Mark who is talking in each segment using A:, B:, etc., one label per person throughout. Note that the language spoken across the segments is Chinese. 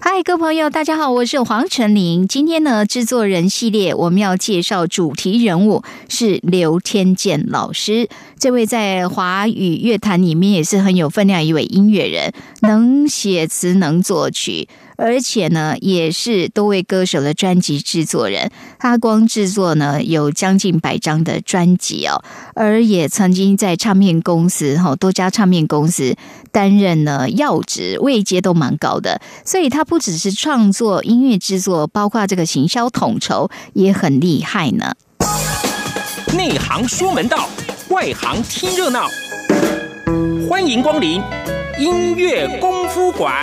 A: 嗨，各位朋友，大家好，我是黄成林。今天呢，制作人系列我们要介绍主题人物是刘天健老师，这位在华语乐坛里面也是很有分量一位音乐人，能写词，能作曲。而且呢，也是多位歌手的专辑制作人。他光制作呢有将近百张的专辑哦，而也曾经在唱片公司哈多家唱片公司担任呢要职，位阶都蛮高的。所以他不只是创作音乐制作，包括这个行销统筹也很厉害呢。
B: 内行说门道，外行听热闹。欢迎光临音乐功夫馆。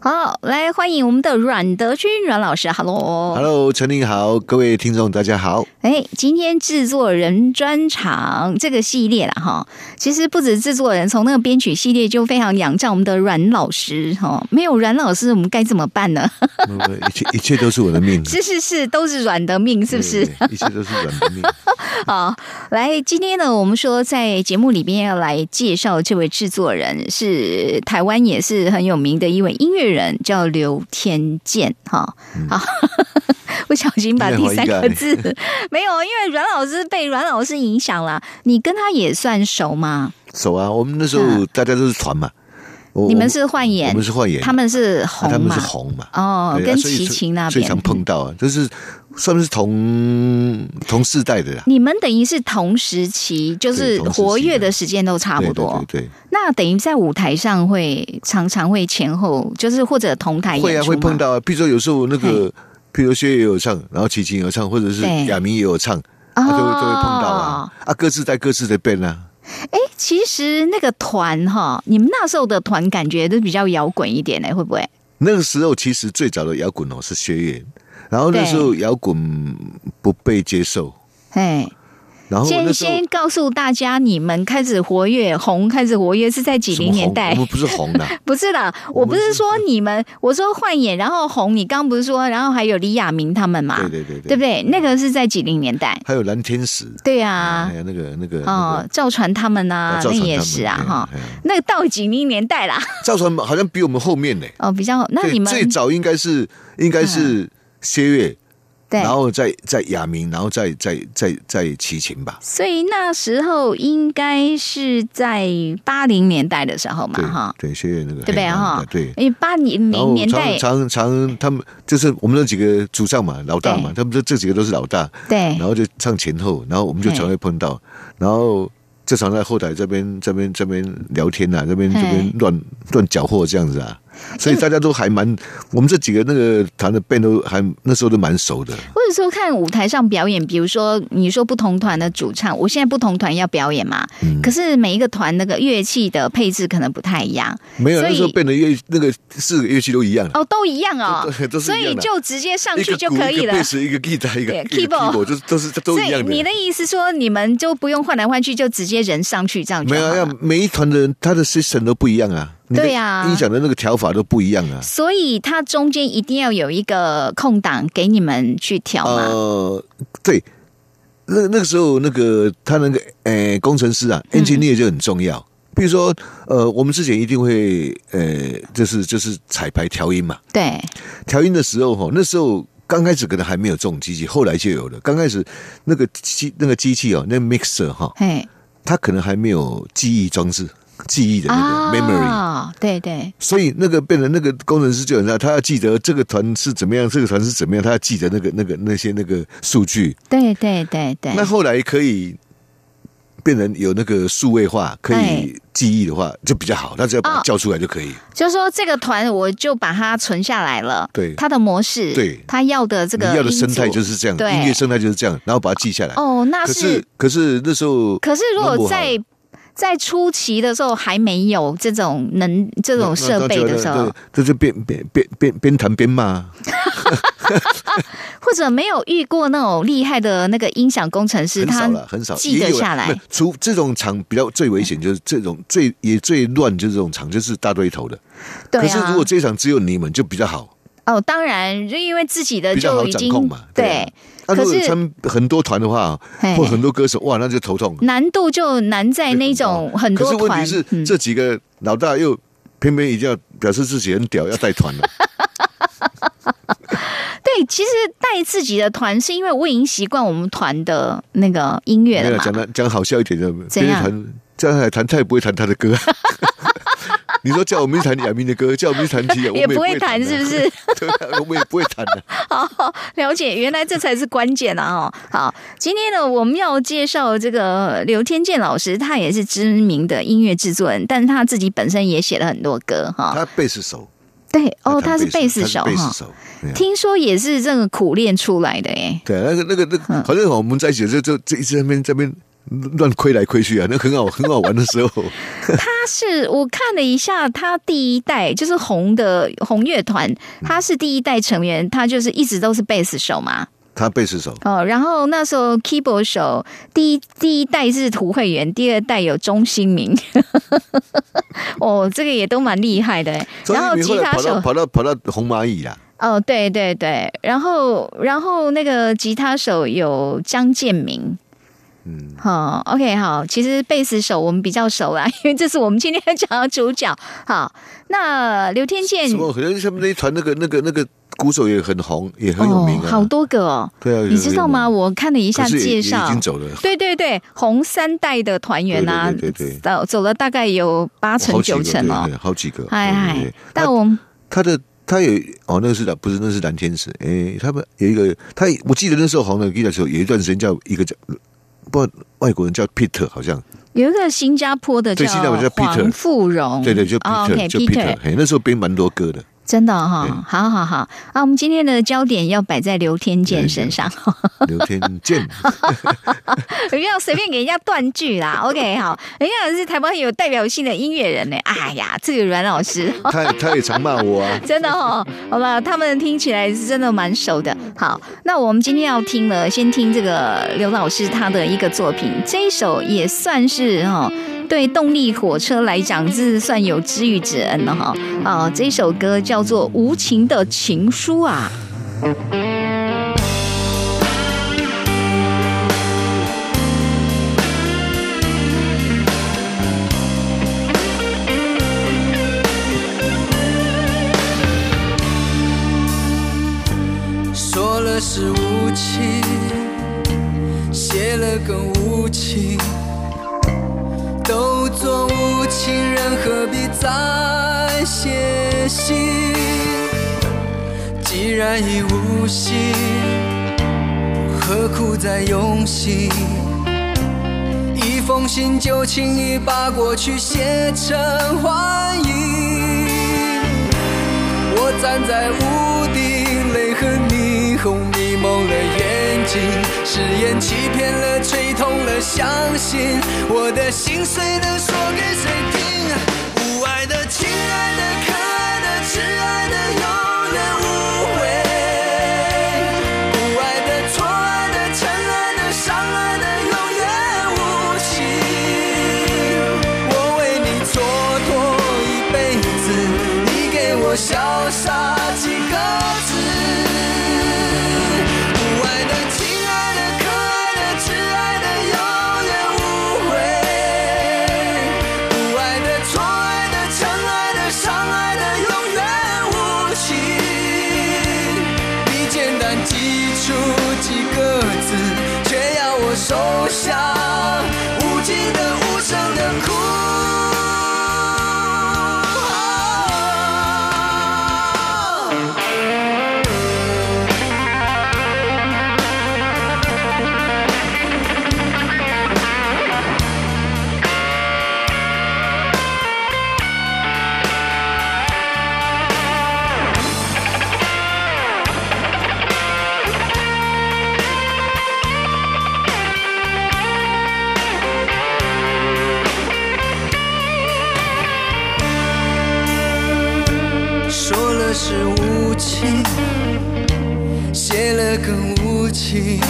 A: 好，来欢迎我们的阮德军阮老师，Hello。
C: Hello，陈林好，各位听众大家好。
A: 哎，今天制作人专场这个系列啦，哈，其实不止制作人，从那个编曲系列就非常仰仗我们的阮老师，哈，没有阮老师，我们该怎么办呢？
C: 不不嗯一 切一切都是我的命，
A: 是是是，都是阮的命，是不是？
C: 对？对一切都是人的命。
A: 好，来，今天呢，我们说在节目里面要来介绍这位制作人，是台湾也是很有名的一位音乐人，叫刘天健，哈、
C: 嗯
A: 好， 不小心把第三个字没有，因为阮老师被阮老师影响了，你跟他也算熟吗？
C: 走啊，我们那时候大家都是团嘛，我
A: 你们
C: 我
A: 是幻
C: 我
A: 演
C: 们，是幻演，
A: 他们是
C: 啊他
A: 红
C: 们
A: 嘛
C: 是？红嘛，
A: 哦，
C: 对啊
A: 跟
C: 所以
A: 齐
C: 最
A: 秦那
C: 最
A: 边
C: 常。碰到啊，就是算是同同世代的啦，
A: 你们等于是同时期，就是
C: 对同时期
A: 活跃的
C: 的
A: 时间都差不多。
C: 对对
A: 那等于在舞台上会常常会前后，就是或者同台
C: 对对，会
A: 演
C: 啊
A: 出
C: 会
A: 嘛
C: 碰到啊，比如说有时候那个，譬如薛也有唱，然后齐秦也有唱，或者是
A: 对
C: 亚明也有唱，
A: 哦
C: 啊都会都会碰到啊，啊各自带各自的 band 啊。
A: 哎，其实那个团哈，你们那时候的团感觉都比较摇滚一点呢，会不会？
C: 那个时候其实最早的摇滚哦是学院，然后那时候摇滚不被接受，
A: 哎，
C: 然后哦那
A: 先
C: 时候
A: 先告诉大家，你们开始活跃红，开始活跃是在几
C: 什
A: 零
C: 么
A: 年
C: 红，
A: 代
C: 我？们不是红的，
A: 不是啦，
C: 我
A: 我
C: 们
A: 不是
C: 是
A: 说你们，我说幻演，然后红，你刚不是说，然后还有李亚明他们嘛，
C: 对对对
A: 对不，对？那个是在几零年代？
C: 还有蓝天使，
A: 对啊
C: 还，有那个那个
A: 哦，，赵传他们呐、
C: 那个
A: 那
C: 赵
A: 个
C: 传
A: 也
C: 他们
A: 是啊，
C: 对
A: 哈，
C: 对啊
A: 那个到几零年代啦？
C: 赵传好像比我们后面呢，
A: 哦，比较那
C: 对
A: 你们嗯
C: 最早应该是应该是薛岳，
A: 对
C: 然，后再再亚明，然后再再再再齐秦吧，
A: 所以那时候应该是在八零年代的时候嘛，
C: 对
A: 啊哈，
C: 对，薛岳那个
A: 对不对
C: 嘿
A: 哈？
C: 对。
A: 因为八零
C: 然
A: 零
C: 后
A: 年代
C: 常，常常他们就是我们那几个主唱嘛，老大嘛
A: 对，
C: 他们这这几个都是老大，
A: 对
C: 然，后就唱前后，然后我们就常会碰到，然后就常在后台这边这边这边聊天啊，这边
A: 嘿
C: 这边乱乱搅和这样子啊，
A: 哎
C: 所以大家都还蛮，我们这几个那个弹的 band 都还那时候都蛮熟的，
A: 或者说看舞台上表演，比如说你说不同团的主唱，我现在不同团要表演嘛，
C: 嗯
A: 可是每一个团那个乐器的配置可能不太一样，
C: 没有
A: 所以
C: 那时候 band 的乐那个四个乐器都一样了，
A: 哦，都一样 哦，
C: 都都是
A: 所
C: 一样
A: 以
C: 的。
A: 就直接上
C: 一
A: 去
C: 个
A: 哦就
C: 鼓
A: 可以
C: 一个
A: 了。
C: 贝斯，一个吉他，一个
A: 对
C: 一个
A: keyboard
C: 都是都是都
A: 所
C: 一
A: 以
C: 样
A: 你的
C: 的。
A: 意思说，你们就不用换来换去，就直接人上哦去这样就
C: 没有
A: 好
C: 啊，
A: 了
C: 要每一团的人他的 system 都不一样啊，你的
A: 对啊
C: 音响的那个调法都不一样啊。
A: 所以它中间一定要有一个空档给你们去调嘛。
C: 呃，对，那那个时候那个他那个呃工程师啊，engineer
A: 嗯
C: 就很重要。比如说，呃，我们之前一定会呃，就是就是彩排调音嘛，
A: 对，
C: 调音的时候哈，那时候。刚开始可能还没有这种机器，后来就有了。刚开始那个机那个机器哦，那 mixer 哈、
A: 嘿
C: 它可能还没有记忆装置、记忆的那个 memory，、
A: 啊，对对，
C: 所以那个变成那个工程师就很大，他要记得这个团是怎么样，这个团是怎么样，他要记得那个那个那些那个数据。
A: 对对对对
C: 那，后来可以变成有那个数位化，可
A: 哎
C: 以记忆的话就比较好，那只要把
A: 哦
C: 它叫出来就可以。
A: 就是说这个团我就把它存下来了，
C: 对
A: 它的模式，
C: 对
A: 它要的这
C: 你
A: 个
C: 要的
A: 音组
C: 生态就是这样，
A: 对
C: 音乐生态就是这样，然后把它记下来。
A: 哦，那
C: 可
A: 是
C: 是可是那时候
A: 可是如
C: 弄不
A: 果
C: 好
A: 在在初期的时候还没有这种能这
C: 那
A: 种
C: 那
A: 设
C: 那
A: 备
C: 就
A: 的时候
C: 那，这就边边边边边弹边骂啊，
A: 或者没有遇过那种厉害的那个音响工程师，
C: 很
A: 他
C: 少了，很少
A: 记
C: 也
A: 得
C: 有啦
A: 下来
C: 没有。除这种场比较最危险，就是这种最也最乱，就是这种场，就是大对头的。
A: 对
C: 可是
A: 啊
C: 如果，这一场只有你们，就比较好，
A: 哦，当然，就因为自己的
C: 比较好
A: 就已
C: 掌
A: 经
C: 控嘛。啊
A: 对，
C: 那
A: 可
C: 如果
A: 是哎
C: 参很多团的话，
A: 嘿
C: 或很多歌手，哇，那就头痛。
A: 难度就难在那种很
C: 可
A: 多
C: 是问
A: 团
C: 题是，
A: 嗯
C: 这几个老大又偏偏一定要表示自己很屌，要带团 了。
A: 对，其实带自己的团是因为我已经习惯我们团的那个音乐
C: 没
A: 了
C: 有
A: 嘛
C: 讲。的讲好笑一点的，
A: 怎
C: 别人
A: 样
C: 弹江海弹，他也不会弹他的歌。 你说叫我们去弹亚明的歌，叫我们去弹提，我 们
A: 也
C: 也
A: 不
C: 不
A: 会
C: 会
A: 弹
C: 弹，
A: 是不？是？
C: 对啊，我们也不会弹 的。
A: 好，了解，原来这才是关键啊！哦，好，今天呢，我们要介绍这个刘天健老师，他也是知名的音乐制作人，但他自己本身也写了很多歌哈。
C: 他贝斯手
A: 对，哦，他
C: 弹
A: 是贝
C: 贝
A: 斯手
C: 贝斯
A: 哈，
C: 手。对啊
A: 听说也是这个苦练出来的诶。
C: 对啊，那个那个
A: 嗯
C: 那个，反正我们在一起就就就一直在那边在那边乱亏来亏去啊，那个很好很好玩的时 候。
A: 他是我看了一下，他第一代就是红的红乐团，他是第一代成员，他就是一直都是贝斯手嘛。
C: 他贝斯手，
A: 哦，然后那时候 keyboard 手第一第一代是涂慧源，第二代有钟兴明， 哦，这个也都蛮厉害的欸。
C: 所以
A: 然后
C: 你后
A: 吉
C: 来
A: 他
C: 跑到
A: 手，
C: 跑到跑到红蚂蚁啦，
A: 哦，对对对，然后然后那个吉他手有张建明。嗯，好、o k 好。其实贝斯手我们比较熟啦，因为这是我们今天讲的主角。好，那刘天健哦
C: 什么可能他们那一团那个那个那个鼓手也很红，也很有名
A: 哦，好
C: 啊。
A: 多个哦，
C: 对啊，有
A: 你知道吗？
C: 有
A: 我看了一
C: 名
A: 下
C: 可是也
A: 介
C: 也
A: 绍，
C: 已经走了。
A: 对对对，红三代的团员啊，
C: 对对对对
A: 走走了大概有八成
C: 好几
A: 九
C: 个
A: 成
C: 对
A: 哦
C: 对。好几个。嗯
A: 哎
C: 对
A: 哎
C: 对对，
A: 但我们
C: 他的他有哦，那个是蓝，不是那是蓝天使，诶，他们有一个，他我记得那时候红的吉他手有一段时间叫一个叫，不知道外国人叫 Peter 好像，
A: 有一个新加坡的
C: 对新加坡叫 Peter
A: 黄富荣，
C: 对对，就
A: 哦
C: Peter、
A: OK，
C: 就
A: Peter，
C: Peter，诶，那时候编蛮多歌的，
A: 真的哈、
C: 对
A: 好好好啊！我们今天的焦点要摆在刘天健身上，
C: 刘天健
A: 不要随便给人家断句啦。OK，好， 人家是台湾有代表性的音乐人呢。哎呀，这个阮老师。
C: 他他也常骂我啊，
A: 真的哦，好吧，他们听起来是真的蛮熟的。好，那我们今天要听了，先听这个刘老师他的一个作品，这一首也算是哦，对动力火车来讲是算有知遇之恩了哈、哦。啊，这首歌叫做《无情的情书》啊。
D: 说了是无情，写了更无情，都做无情人，何必再写信？既然已无心，何苦再用心？一封信就轻易把过去写成欢迎。我站在屋顶，泪痕霓虹迷蒙了眼睛，誓言欺骗了，吹痛了，相信我的心碎能说给谁听？无爱的、亲爱的、可爱的、挚爱的，永远无悔。不爱的、错爱的、尘爱的、伤爱的，永远无情。我为你蹉跎一辈子，你给我潇洒几个字。不爱的、亲爱的、可爱的、挚爱的，永远无悔。不爱的、错爱的、尘爱的、伤爱的，永远无情。你简单记住几个字，却要我受下无尽的、无声的哭。
E: 啊。
D: 为了更无情，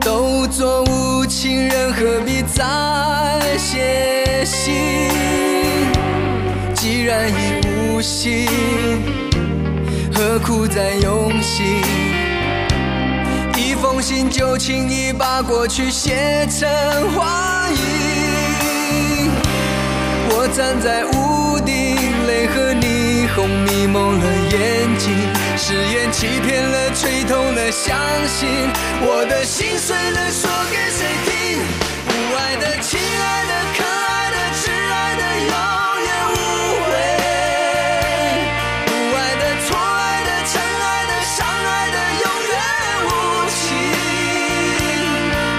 D: 都做无情人，何必再写信？既然已无心，何苦再用心？一封信就轻易把过去写成欢迎。我站在屋顶，泪和霓虹迷蒙了眼睛，誓言欺骗了，吹痛了，相信我的心碎了，说给谁听？无爱的，亲爱的，可爱的，挚爱的，永远无悔。无爱的，错爱的，尘埃的，伤爱的，永远无情。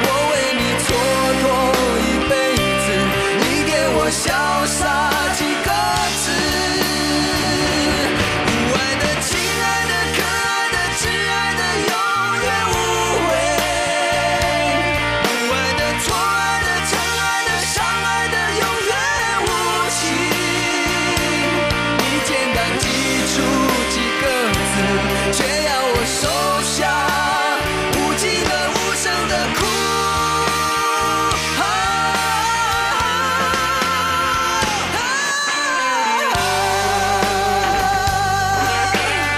D: 我为你蹉跎一辈子，你给我潇洒几个字。无爱的，亲爱的，可爱的，挚爱的，永远无悔。无爱的，错爱的，尘埃的，伤爱的，永远无情。你简单记住几个字，却要我收下无尽的、无声的哭喊。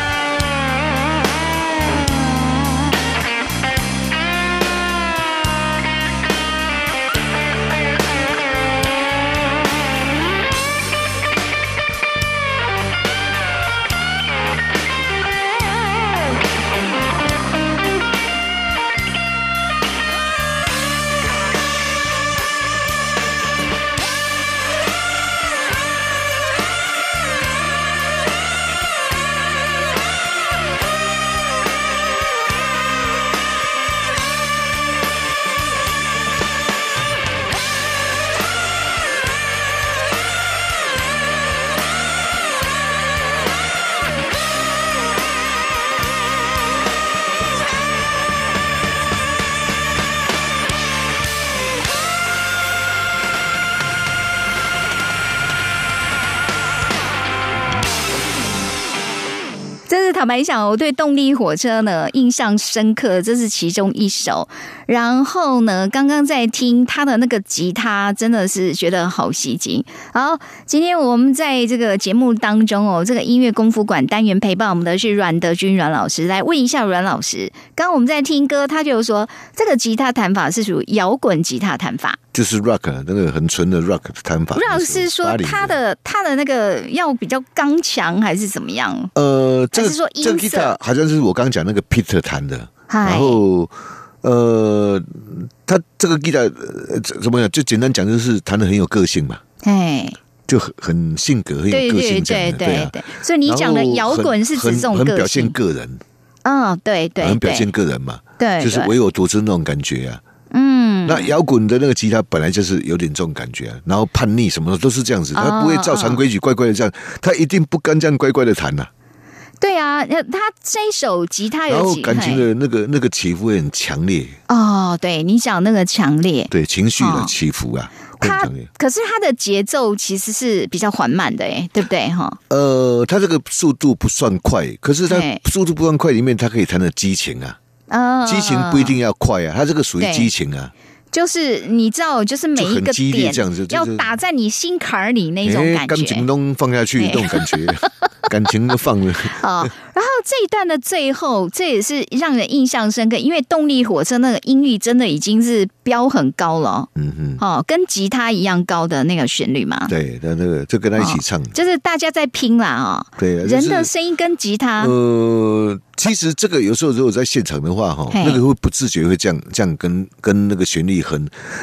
A: 真是坦白讲，我对动力火车呢印象深刻，这是其中一首。然后呢，刚刚在听他的那个吉他，真的是觉得好吸睛。好，今天我们在这个节目当中哦，这个音乐功夫馆单元陪伴我们的是阮德军阮老师。来问一下阮老师，刚刚我们在听歌，他就说这个吉他弹法是属于摇滚吉他弹法。
C: 就是 rock 啊那个很纯的 rock 的弹法。
A: 阮老师说
C: 80
A: 他的他的那个要比较刚强还是怎么样？
C: 呃，这个
A: 还是说音
C: 这个
A: 色哎
C: guitar 好像是我刚讲那个 Peter 弹的，
A: 嗨
C: 然后呃，他这个 guitar 呃怎怎么讲？就简单讲就是弹的很有个性嘛，
A: 哎，
C: 就很很性格很
A: 对
C: 有个
A: 对
C: 性这
A: 对
C: 样的，对啊。
A: 对，所以你讲的
C: 然后
A: 摇滚是指
C: 很
A: 这种
C: 很很
A: 个
C: 表现
A: 性，
C: 个人，
A: 嗯，对对
C: 很
A: 对
C: 表现个人嘛，
A: 对，
C: 就是
A: 哎对
C: 唯我独尊那种感觉啊。
A: 嗯，
C: 那摇滚的那个吉他本来就是有点这种感觉啊、然后叛逆什么的都是这样子，
A: 啊
C: 他不会照常规矩乖乖的这样，他一定不甘这样乖乖的弹呐、
A: 对啊，那他这一首吉他
C: 然
A: 有
C: 后
A: 几
C: 感情
A: 嘿
C: 的那个那个起伏也很强烈，
A: 哦，对你讲那个强烈，
C: 对情绪
A: 哦
C: 的起伏啊，会很
A: 他
C: 强烈。
A: 可是他的节奏其实是比较缓慢的，哎，对不对哈？
C: 呃，他这个速度不算快，可是他
A: 对
C: 速度不算快里面，他可以弹的激情啊，
A: 嗯，
C: 激情不一定要快啊，他这个属于
A: 对
C: 激情啊，
A: 就是你知道，就是每一
C: 就
A: 个
C: 很激烈
A: 点
C: 这样子就
A: 要
C: 是哎
A: 打在你心坎儿里那种感
C: 钢
A: 觉
C: 琴都放下去
A: 哎
C: 那种感 觉，感情都放了。
A: 哦，然后这一段的最后，这也是让人印象深刻，因为动力火车那个音域真的已经是飙很高了哦。
C: 嗯哼，
A: 哦，跟吉他一样高的那个旋律嘛，
C: 对，那那个就跟他一起唱，
A: 就是大家在拼啦哦，
C: 对啊，就
A: 人
C: 是
A: 的声啊音跟吉他，
C: 呃，其实这个有时候如果在现场的话，哈，
A: 嘿
C: 那个会不自觉会这样这样跟跟那个旋律哼，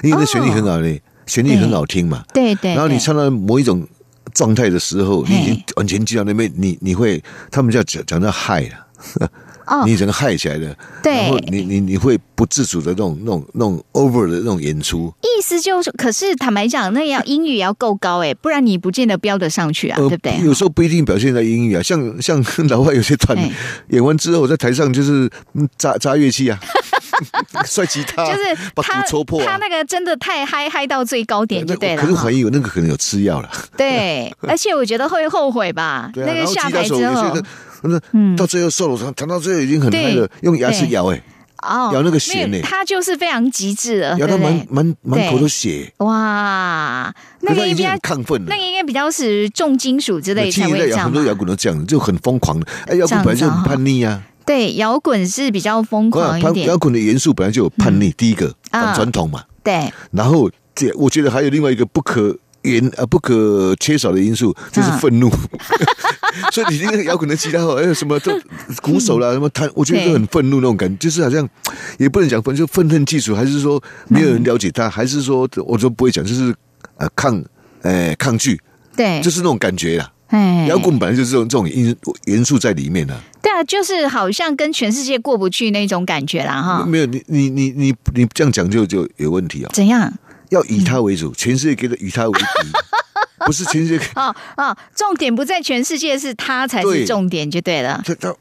C: 因为那旋律很好嘞，旋律很好听嘛。
A: 对哦对，
C: 然后你
A: 对
C: 唱到某一种状态的时候，
A: 嘿
C: 你已经完全进到那边，你你会他们叫讲讲到嗨了，
A: 哦，
C: 你整个嗨起来的，然后
A: 对，
C: 你你你会不自主的那种那种那种 over 的那种演出，
A: 意思就是，可是坦白讲，那要英语也要够高哎，不然你不见得飙得上去啊，
C: 呃
A: 对不对？
C: 有时候不一定表现在英语啊，像像老外有些团
A: 哎
C: 演完之后，在台上就是嗯扎扎乐器啊， 摔吉他，
A: 就是
C: 把
A: 他
C: 鼓戳破
A: 他
C: 啊。
A: 那个真的太嗨嗨到最高点就
C: 那
A: 对
C: 我
A: 了
C: 可是
A: 哈。
C: 怀疑有那个可能有吃药了，
A: 对，而且我觉得会后悔吧，
C: 对啊。
A: 那
C: 然
A: 个
C: 后
A: 下
C: 吉他
A: 台
C: 手
A: 之
C: 有些
A: 后嗯
C: 人，那到最后瘦了，弹到最后已经很嗨了
A: 对，
C: 用牙齿
A: 对
C: 咬哎、
A: 哦，
C: 咬那个弦
A: 没有
C: 呢
A: 他就是非常极致了，对
C: 咬到
A: 不
C: 满
A: 对？
C: 满满口
A: 对
C: 都血，
A: 哇，那个
C: 可是他已
A: 应
C: 经很
A: 该
C: 亢奋了
A: 那。个应该比较是重金属之类
C: 其
A: 才
C: 实
A: 会这
C: 摇
A: 样
C: 很
A: 吧
C: 多摇滚都这样，就很疯狂的。哎，摇
A: 这
C: 滚
A: 样
C: 本来就
A: 子
C: 很
A: 哈
C: 叛逆啊，
A: 对，摇滚是比较疯
C: 我想
A: 狂一
C: 叛
A: 点
C: 摇，滚的元素本来就有叛逆，第一个
A: 啊
C: 反传统嘛。
A: 对，
C: 然后这我觉得还有另外一个不可言呃不可缺少的因素就是愤怒， 所以你那个摇滚的吉他啊手还有什么都鼓手啦什么弹，我觉得
A: 对
C: 都很愤怒那种感觉，就是好像也不能讲愤，就愤恨技术，还是说没有人了解他，还是说我都不会讲，就是呃抗呃抗拒，
A: 对，
C: 就是那种感觉啦。
A: 哎
C: 摇滚本来就是这种这种因元素在里面的、
A: 对啊，就是好像跟全世界过不去那种感觉啦，哈。
C: 没有你你你你你这样讲就就有问题啊、
A: 怎样？
C: 要以他为主，全世界给的以他为敌，不是全世界
A: 哦哦，重点不在全世界，是他才是
C: 对
A: 重点就对了。
C: 他他，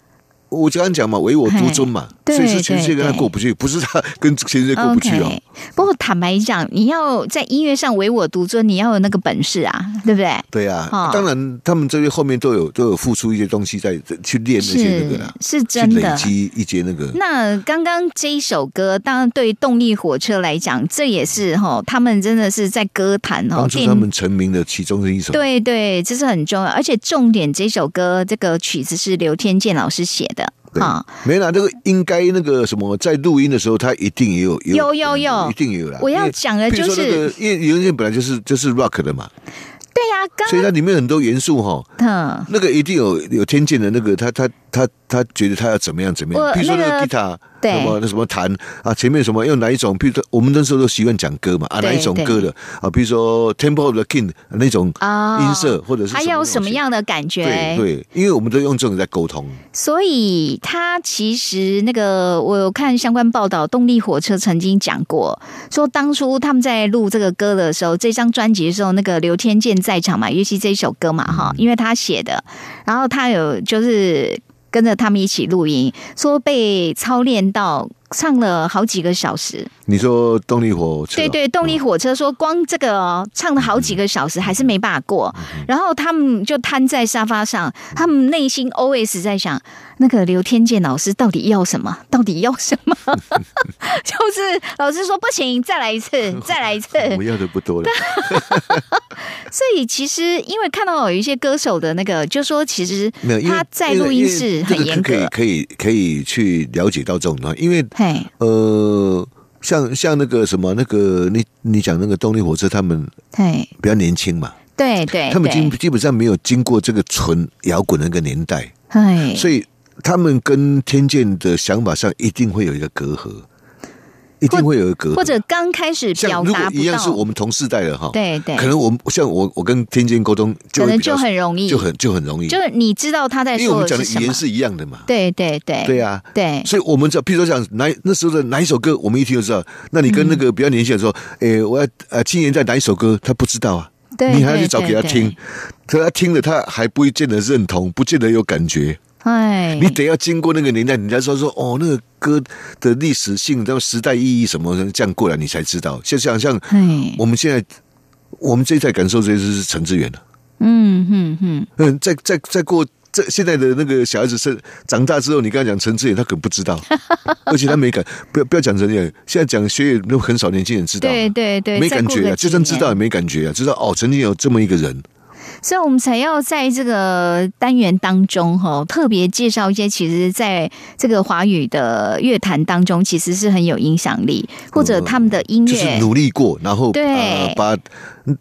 C: 我刚刚讲嘛，唯我独尊嘛，
A: 嘿
C: 所以是
A: 哎对
C: 全世界跟他
A: 对对
C: 过不去，不是他跟全世界过不去哦。
A: OK，不过坦白讲，你要在音乐上唯我独尊，你要有那个本事啊，对不对？
C: 对啊，
A: 哦
C: 当然他们这些后面都有都有付出一些东西在在去练那些那个啦，
A: 是
C: 去
A: 真
C: 啊累
A: 的。
C: 积一些那 个。
A: 那刚刚这一首歌，当然对动力火车来讲，这也是哈、哦，他们真的是在歌坛哦，
C: 帮助他们成名的其中的一首，
A: 对对，这是很重要，而且重点，这首歌这个曲子是刘天健老师写的
C: 对
A: 哈。
C: 没啦，这个应该那个什么，在录音的时候，他一定也有嗯
A: 有有有
C: 一定也有啦。
A: 我要
C: 因为
A: 讲的
C: 譬如
A: 就
C: 说那
A: 是，
C: 个，因为刘仁健本来就是就是 rock 的嘛，
A: 对呀、刚
C: 所以它里面很多元素哈，
A: 嗯，
C: 那个一定有有天见的那个，他他他他觉得他要怎么样怎么
A: 我
C: 样，比如说那
A: 那
C: 个
A: 个
C: 吉他，
A: 对
C: 什么那什么弹啊，前面什么用哪一种，比如说我们那时候都习惯讲歌嘛，啊
A: 对
C: 哪一种歌的啊，比如说 Temple of the King 那种
A: 啊
C: 音色或者是
A: 还有什么
C: 东西？
A: 样的感觉？
C: 对对，因为我们都用这种在沟通，
A: 所以他其实那个，我有看相关报道，动力火车曾经讲过，说当初他们在录这个歌的时候，这张专辑的时候，那个刘天健在场嘛，尤其这一首歌嘛，哈，因为他写的，然后他有就是跟着他们一起录音，说被操练到唱了好几个小时。
C: 你说动力火车，嗯
A: 对对，动力火车说光这个、哦、唱了好几个小时还是没办法过，
C: 嗯
A: 然后他们就瘫在沙发上，他们内心 OS 在想，那个刘天健老师到底要什么？到底要什 么？就是老师说不行，再来一 次，再来一次。
C: 我要的不 多了，
A: 所以其实因为看到有一些歌手的那个，就说其实
C: 没有，因为
A: 他在
C: 因为
A: 录音
C: 因为
A: 室
C: 这个
A: 很严
C: 可以
A: 格，
C: 可以可以去了解到这种东西，因为
A: 嘿，
C: 呃，像像那个什么那个你你讲那个动力火车，他们
A: 嘿，
C: 比较年轻嘛，
A: 对对，
C: 他们基
A: 哎对
C: 基本上没有经过这个纯摇滚的那个年代，
A: 嘿，
C: 所以他们跟天剑的想法上一定会有一个隔阂，一定会有一个隔阂。
A: 或者刚开始
C: 像
A: 表
C: 如
A: 达
C: 果
A: 不
C: 一样是
A: 到
C: 我，们同世代的哈，
A: 对对，
C: 可能我们像我我跟天剑沟通就
A: 可
C: 会
A: 能
C: 比较
A: 就很容易，
C: 就很就很容易，
A: 就是你知道他在
C: 因为我
A: 说
C: 们讲
A: 的
C: 的
A: 是什
C: 语言
A: 么？
C: 是一样的嘛。
A: 对对对，
C: 对啊，
A: 对
C: 所以我们知道，譬如说讲哪那时候的哪一首歌，我们一听就知道。那你跟那
A: 嗯
C: 个比较年轻的说，诶、我要呃青年在哪一首歌，他不知道啊，
A: 对，
C: 你还要
A: 对
C: 去找给他听，，可他听了他还不一见得认同，不见得有感觉。
A: 哎，
C: 你得要经过那个年代，你才说说哦，那个歌的历史性、然后时代意义什么这样过来，你才知道。像像像
A: 哎，
C: 我们现在，我们这一代感受这就是陈志远了。啊
A: 嗯嗯嗯，
C: 嗯，再再再过这现在的那个小孩子生长大之后，你刚才讲陈志远，他可能不 知道，而且他没感，不要不要讲陈志远，现在讲学远都很少年轻人知道，
A: 对对对，
C: 没
A: 再
C: 感
A: 过
C: 觉
A: 个
C: 啊，
A: 几
C: 就算知
A: 年
C: 道也没感觉啊，知道哦，曾经有这么一个人，
A: 所以我们才要在这个单元当中哈，特别介绍一些其实在这个华语的乐坛当中其实是很有影响力，或者他们的音
C: 哦就是
A: 乐，
C: 努力过，然后
A: 对
C: 呃把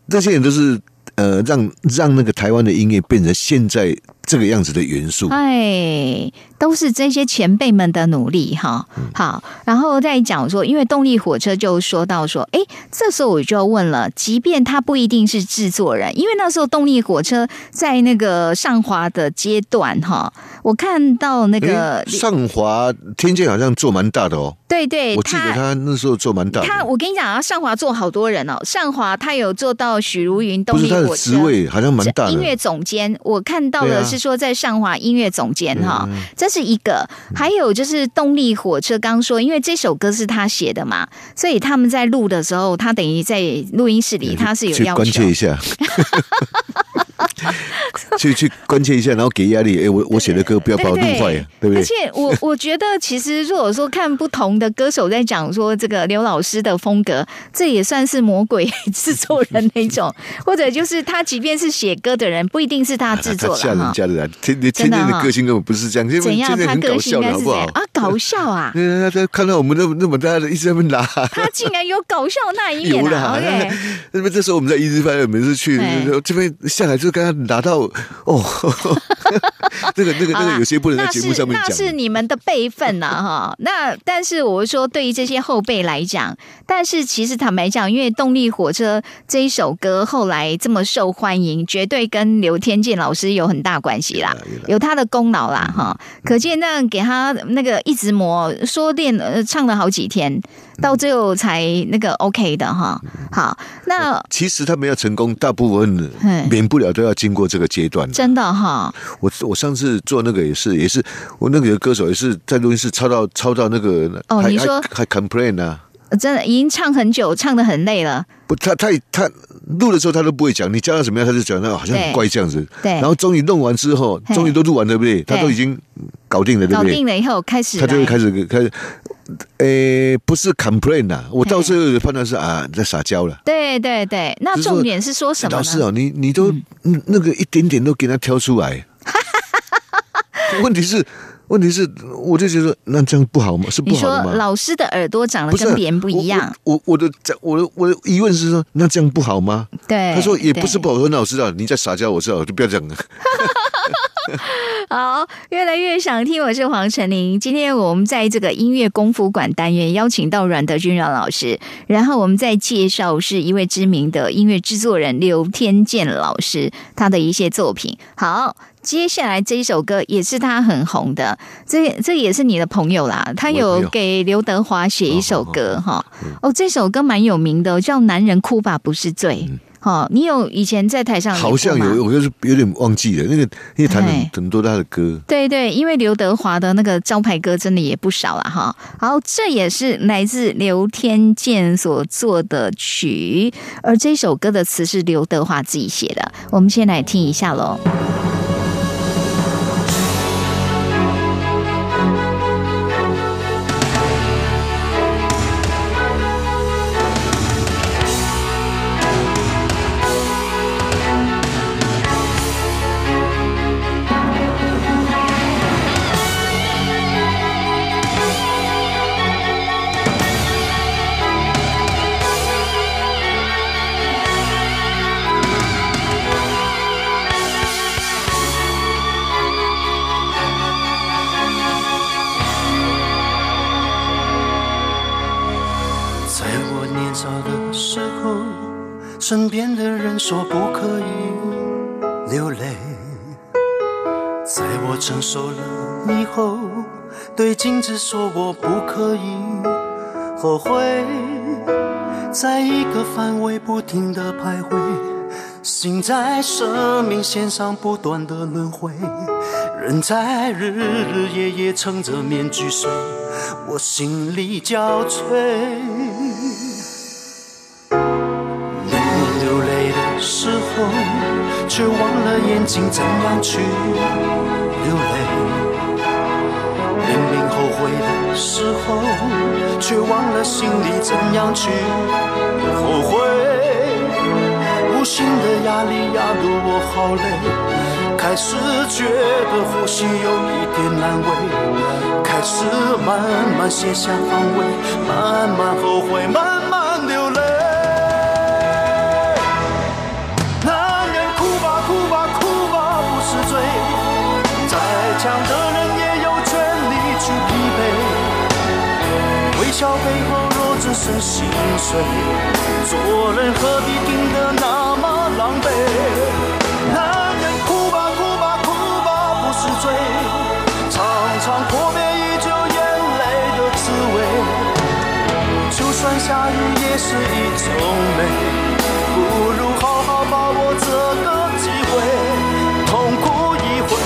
C: 这些人都是呃让让那个台湾的音乐变成现在这个样子的元素，
A: 哎，都是这些前辈们的努力哈。
C: 嗯
A: 好，然后再讲说，因为动力火车就说到说，哎，这时候我就问了，即便他不一定是制作人，因为那时候动力火车在那个上华的阶段哈，我看到那个
C: 诶，上华天界好像做蛮大的哦，
A: 对对，
C: 我记得他那时候做蛮大的，
A: 他，我跟你讲啊，上华做好多人哦，上华他有做到许茹芸、
C: 不
A: 动
C: 是
A: 力
C: 他的
A: 火车
C: 职。位好像蛮大的，
A: 音乐总监，我看到
C: 对
A: 的
C: 啊
A: 是
C: 嗯
A: 说在上华音乐总监哈、这是一个。还有就是动力火车刚说，因为这首歌是他写的嘛，所以他们在录的时候，他等于在录音室里他是有
C: 去
A: 要
C: 关
A: 求
C: 切一，下，去去关切一下，然后给压力。哎、我我写的歌不要把我弄坏呀，对不
A: 而
C: 对
A: 且？我 我觉得，其实如果说看不同的歌手在讲说这个刘老师的风格，这也算是魔鬼制作人那 种，或者就是他即便是写歌的人，不一定是他制
C: 他
A: 作
C: 吓
A: 了哈
C: 人。家的啦，天天
A: 真
C: 天
A: 的
C: 天
A: 哈
C: 的个性根本不是这样，因
A: 怎
C: 为
A: 样？
C: 真的
A: 他
C: 很
A: 个
C: 搞
A: 性应
C: 笑
A: 该
C: 的，
A: 是怎
C: 好不
A: 样
C: 好？
A: 啊？搞笑啊！
C: 那他看到我们那么那么大的，一直在那边拉，
A: 他竟然有搞笑那一面
C: 有
A: 啊
C: 啦。
A: ！OK，。
C: 那边这时候我们在一日饭，每次去
A: 对
C: 这边下来就跟他拿到哦， 那个那个
A: 好
C: 那
A: 啦
C: 个有些不能在节目上面
A: 那是那是
C: 讲。
A: 你们的辈分呐、哈。那 但是我说，对于这些后辈来讲，但是其实坦白讲，因为《动力火车》这一首歌后来这么受欢迎，绝对跟刘天健老师有很大关系啦，
C: 有啦有啦
A: 有他的功劳啦哈。可见那给他那个一直磨，说练呃唱了好几天，到最后才那个 OK 的哈。好，那
C: 其实他们要成功，大部分
A: 嘿
C: 免不了都要经过这个阶段。
A: 真的哈，
C: 我我上次做那个也是也是，我那个歌手也是在录音室抄到抄到那个，
A: 哦
C: 还
A: 你说
C: 还还 complain 啊？
A: 真的已经唱很久，唱的很累了，
C: 不，他他他录的时候他都不会讲，你教他怎么样他就讲，那好像
A: 对
C: 很怪这样子。
A: 对
C: 然后终于弄完之后，
A: 嘿
C: 终于都录完，对不对？他都已经搞定了，对
A: 搞
C: 不对
A: 定？啊了以后开始
C: 他就
A: 来
C: 会开始开始，诶，不是 complain 啦，我到最后的判断是啊，你在撒娇了。
A: 对对对，那重点是说什么
C: 老
A: 呢？
C: 师哦，你你都嗯那个一点点都给他挑 出来，问题是问题是，我就觉得那这样不好吗？是不
A: 你
C: 好
A: 说
C: 的吗？
A: 老师的耳朵长得
C: 不是啊
A: 跟别人不一样，
C: 我我我的讲我的我的疑问是说，那这样不好吗？
A: 对，
C: 他说也不是
A: 哎对
C: 不好，我说那我知道你在撒娇，我知道，我就不要讲了。
A: 好，越来越想听，我是黄晨玲。今天我们在这个音乐功夫馆单元邀请到阮德军阮老师，然后我们再介绍是一位知名的音乐制作人刘天健老师他的一些作品。好。接下来这一首歌也是他很红的，这这也是你的朋友啦，他
C: 我的朋
A: 有
C: 友
A: 给刘德华写一首歌哈。
C: 嗯
A: 哦，这首歌蛮有名的，叫《男人哭吧不是罪》。哦，你有以前在台上有
C: 嗯好像
A: 哭吗
C: 有，我就是有点忘记了那个，因为弹了
A: 哎
C: 很很多他的歌。
A: 对对，因为刘德华的那个招牌歌真的也不少了哈。好，这也是来自刘天健所做的曲，而这首歌的词是刘德华自己写的。我们先来听一下喽。
E: 在我年少的时候，身边的人说不可以流泪。在我成熟了以后，对镜子说我不可以后悔。在一个范围不停的徘徊，心在生命线上不断的轮回，人在日日夜夜撑着面具睡，我心力交瘁。当你流泪的时候，却忘了眼睛怎样去流泪；明明后悔的时候，却忘了心里怎样去后悔。无形的压力压得我好累，开始觉得呼吸有一点难为，开始慢慢卸下防卫，慢慢后悔，慢慢流泪。男人哭吧哭吧哭吧不是罪，再强的人也有权利去疲惫。微笑背后若只剩心碎，做人何必病得那么狼狈？男人哭吧哭吧哭吧不是罪，尝尝阔别已久眼泪的滋味。就算下雨也是一种美，不如好好把握这个机会，痛哭一回。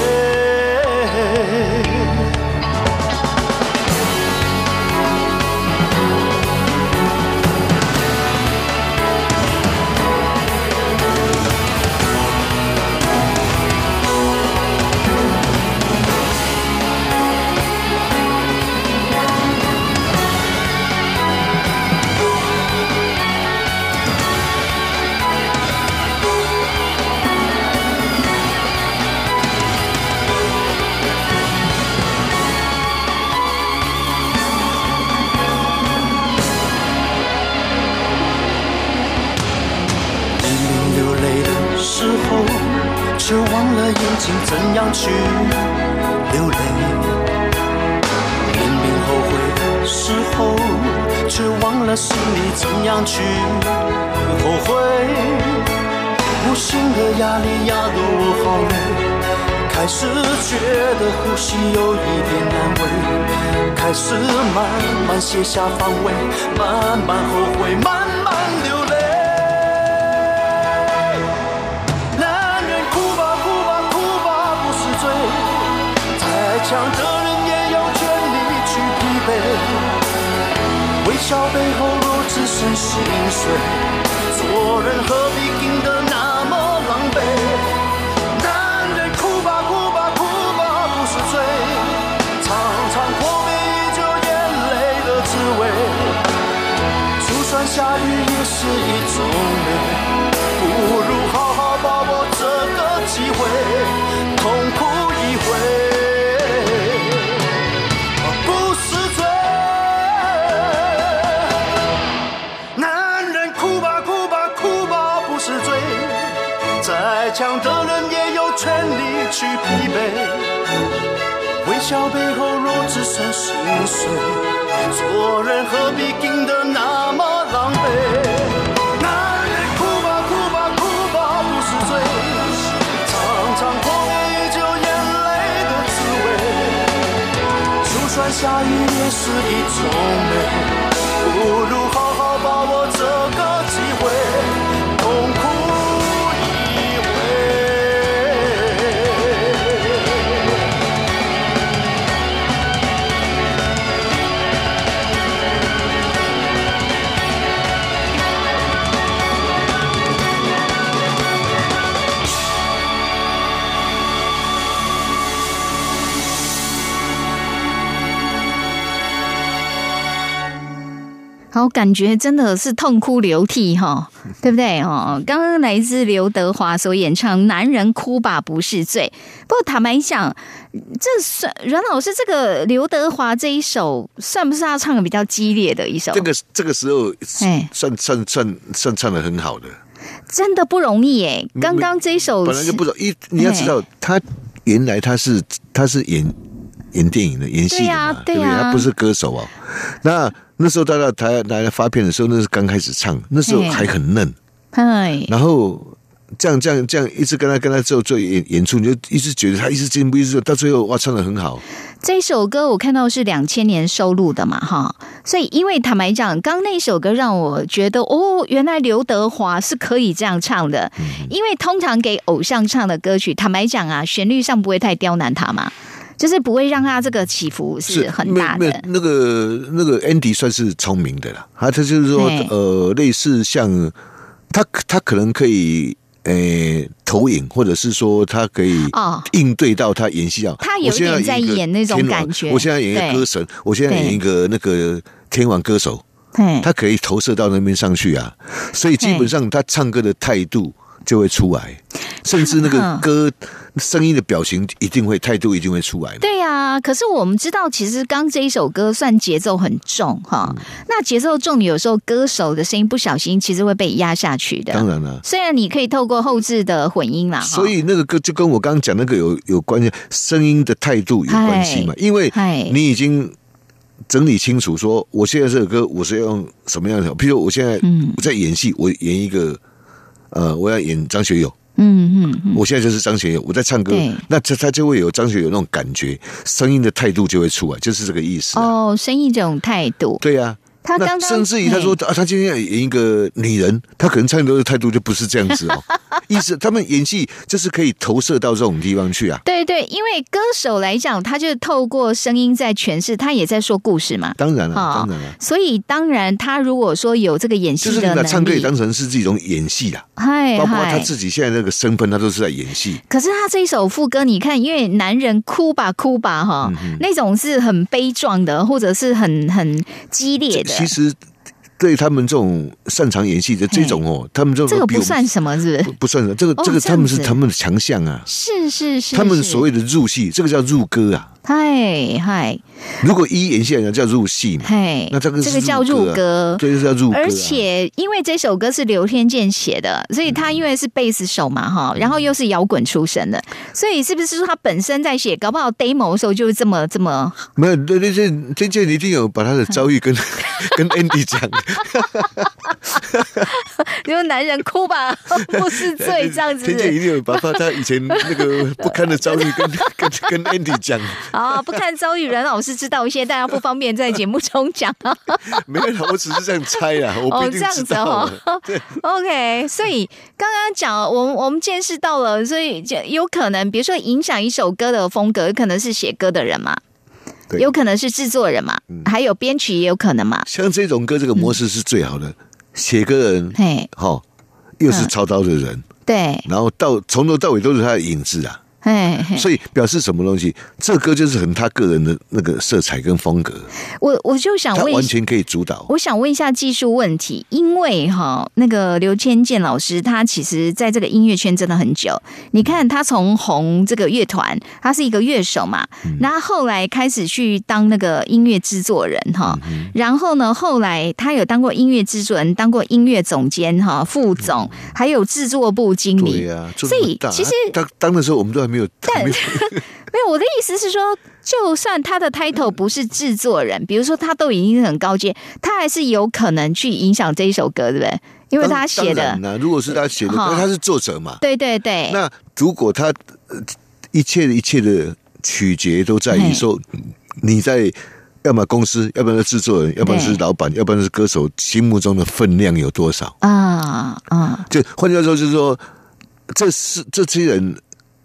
E: 怎样去流泪？明明后悔时候，却忘了心里怎样去后悔。无形的压力压得我好累，开始觉得呼吸有一点难为，开始慢慢卸下防卫，慢慢后悔，慢慢流泪。男人哭吧哭吧哭吧不是罪，再强的人也有权利去疲惫，微笑背后若只剩心碎。做人何必拼得那么狼狈？男人哭吧哭吧哭吧不是罪，尝尝阔别已久眼泪的滋味。就算下雨也是一种美，不如好好把握这个机会，痛哭一回，不是罪。男人哭吧哭吧哭吧不是罪，再强的人也有权利去疲惫。微笑背后若只剩心碎，做人何必拼得那么狼狈？男人哭吧哭吧哭吧不是罪，尝尝过年已久眼泪的滋味，就算下雨也是一种美。不如好好把握这个机会，痛苦一回。
A: 好，感觉真的是痛哭流涕哈，对不对哦？刚刚来自刘德华所演唱《男人哭吧不是罪》，不过坦白讲，这算阮老师这个刘德华这一首，算不是他唱的比较激烈的一首？
C: 这个这个时候
A: 哦哎
C: 算算算算唱的很好的，
A: 真的不容易哎。刚刚这一首
C: 嗯本来就不少。一你要知
A: 哎
C: 道，他原来他是他是演演电影的，演戏
A: 对
C: 的嘛，
A: 呀对
C: 不对？
A: 呀
C: 他不是歌手啊。那那时候大家台来发片的时候，那是刚开始唱，那时候
A: 嘿
C: 还很嫩。
A: 哎，
C: 然后这样这样这样一直跟他跟他做做演演出，你就一直觉得他一直进步，一直到最后哇，唱的很好。
A: 这首歌我看到是两千年收录的嘛，哈，所以因为坦白讲，刚那首歌让我觉得，哦，原来刘德华是可以这样唱的，
C: 嗯
A: 因为通常给偶像唱的歌曲，坦白讲啊，旋律上不会太刁难他嘛，就是不会让他这个起伏是很
C: 没
A: 大
C: 没
A: 的，
C: 那个那个 Andy 算是聪明的啦，他他就是说
A: 对
C: 呃，类似像他他可能可以。诶、投影，或者是说他可以
A: 哦
C: 应对到他演戏啊、
A: 他有一
C: 我现在
A: 点在
C: 一个
A: 演那种
C: 天王
A: 感觉
C: 我现在演一个
A: 对
C: 歌神，我现在演一个那个天王歌手，
A: 嘿
C: 他可以投射到那边上去啊，所以基本上他唱歌的态度就会出来，甚至那个
A: 嗯
C: 歌声音的表情一定会态度一定会出来嘛。
A: 对呀、啊可是我们知道，其实刚这一首歌算节奏很重哈，
C: 嗯
A: 那节奏重，有时候歌手的声音不小心其实会被压下去
C: 当
A: 的。
C: 然了。
A: 虽然你可以透过后置的混音啊啦，哈
C: 所以那个歌就跟我刚刚讲那个有有关系，声音的态度有关系嘛
A: 嗨，
C: 因为
A: 嗨
C: 你已经整理清楚，说我现在这首歌我是要用什么样的，譬如我现在
A: 嗯
C: 我在演戏，我演一个呃，我要演张学友，
A: 嗯嗯嗯，
C: 我现在就是张学友，我在唱歌
A: 对，
C: 那他他就会有张学友那种感觉，声音的态度就会出来，就是这个意思、啊。
A: 哦，生意这种态度，
C: 对呀、
A: 他
C: 那
A: 刚刚
C: 甚至于他说啊，他今天要演一个女人，他可能唱歌的态度就不是这样子 哦。意思他们演戏就是可以投射到这种地方去啊。
A: 对对，因为歌手来讲，他就是透过声音在诠释，他也在说故事嘛。
C: 当然了、啊
A: 哦
C: 当然了、
A: 所以当然，他如果说有这个演戏
C: 就是你
A: 的
C: 把唱
A: 能
C: 歌也
A: 力，
C: 当成是一种演戏啊，
A: 嗨
C: 包括他
A: 嗨。
C: 自己现在那个身份，他都是在演戏。
A: 可是他这一首副歌，你看，因为男人哭吧哭吧哈、
C: 嗯
A: 那种是很悲壮的，或者是很很激烈的，
C: 其实对他们这种擅长演戏的这种哦，他们这
A: 这
C: 种
A: 个
C: 比我
A: 不
C: 们
A: 算什么，是不
C: 不
A: 是？
C: 不算的，这个、
A: 哦
C: 这个
A: 这样
C: 他们是
A: 子
C: 他们的强项啊。
A: 是是是，
C: 他们
A: 是
C: 所谓的入戏，这个叫入歌啊，
A: 嗨嗨
C: 如果一演戏来讲叫入戏嘛，
A: 嗨，
C: 那这个是
A: 这个叫入
C: 啊
A: 阁。
C: 这就是要入歌啊、
A: 而且，因为这首歌是刘天健写的，所以
C: 嗯
A: 他因为是贝斯手嘛，哈，然后又是摇滚出身的，所以是不是说他本身在写，搞不好 demo 的时候就是这么这么
C: 没有，对对对，天健一定有把他的遭遇跟跟 Andy 讲，
A: 就是男人哭吧 不是罪这样子
C: 天健一定有把他他以前那个不堪的遭遇 跟跟跟 Andy 讲，
A: 啊、不看遭遇人老师知道一些，大家不方便在节目中讲。
C: 没有啦，我只是这样猜啦，我不
A: 哦，
C: 一
A: 这
C: 定
A: 样
C: 知
A: 子
C: 道啊、
A: 哦 ，OK。所以刚刚讲，我们我们见识到了，所以就有可能，比如说影响一首歌的风格，有可能是写歌的人嘛，
C: 对嗯
A: 有可能是制作人嘛，还有编曲也有可能嘛。
C: 像这种歌，这个模式是最好的，写歌的人，
A: 嗯嘿，
C: 好、又是
A: 嗯
C: 操刀的人，
A: 对，
C: 然后到从头到尾都是他的影子啊，
A: 嘿，嘿
C: 所以表示什么东西？这歌就是很他个人的那个色彩跟风格，
A: 我啊我就想
C: 他
A: 问
C: 完
A: 一下。
C: 全可以主导。
A: 我想问一下技术问题，因为哈，那个刘千健老师他其实在这个音乐圈真的很久。你看他从红这个乐团，他是一个乐手嘛，
C: 嗯
A: 那、后来开始去当那个音乐制作人哈，
C: 嗯
A: 然后呢，后来他有当过音乐制作人，当过音乐总监哈，副总，还有制作部经
C: 嗯对
A: 理。
C: 呀、啊，做
A: 所
C: 那
A: 以
C: 么大。
A: 其实
C: 当当的时候，我们都还没有，还没有
A: 没有，我的意思是说，就算他的 title 不是制作人，比如说他都已经是很高阶，他还是有可能去影响这一首歌，对不对？因为他写
C: 当
A: 的
C: 然，啦如果是他写的，
A: 哈
C: 那他是作者嘛。
A: 对对对，
C: 那如果他呃一切的一切的取决都在
A: 嘿
C: 于说，你在要么公司，要不然是制作人，要不然是老板，要不然是歌手心目中的分量有多少？
A: 啊啊，
C: 就换句话说，就是说，这是这些人，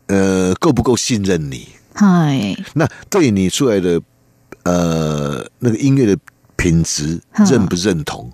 C: 呃，够不够信任你？
A: 嗨，
C: 那对你出来的呃那个音乐的品质
A: 嗯
C: 认不认同？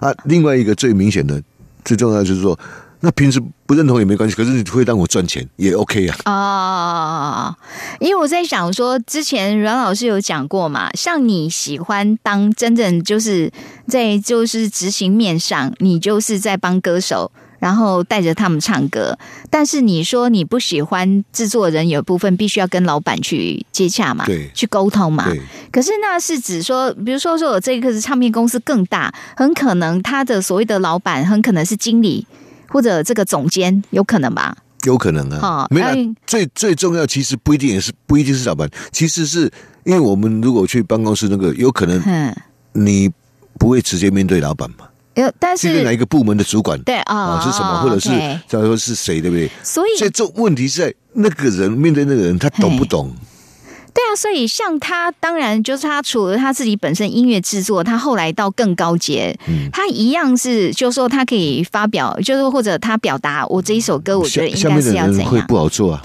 C: 啊，另外一个最明显的、最重要的就是说，那平时不认同也没关系，可是你会让我赚钱也 OK 啊。
A: 啊，因为我在想说，之前阮老师有讲过嘛，像你喜欢当真正就是在就是执行面上，你就是在帮歌手。然后带着他们唱歌，但是你说你不喜欢制作人有部分必须要跟老板去接洽嘛，
C: 对
A: 去沟通嘛，
C: 对，
A: 可是那是指说，比如说说我这个是唱片公司更大，很可能他的所谓的老板很可能是经理或者这个总监，有可能吧？
C: 有可能啊
A: 好。
C: 没有啊
A: 哎，
C: 最最重要其实不一定也是不一定是老板，其实是因为我们如果去办公室那个，有可能
A: 嗯，
C: 你不会直接面对老板嘛，
A: 有，但
C: 是哪一
A: 是
C: 个部门的主管。
A: 对啊、
C: 啊，是什么，或者是
A: OK
C: 假如说是谁，对不对？
A: 所以
C: 所以这问题是在那个人面对那个人，他懂不懂？
A: 对啊，所以像他，当然就是他除了他自己本身音乐制作，他后来到更高阶，
C: 嗯
A: 他一样是，就是说他可以发表，就是或者他表达我这一首哎歌，我觉
C: 下
A: 得应
C: 下
A: 该
C: 面的
A: 是要怎
C: 人会
A: 样？
C: 不好 做啊，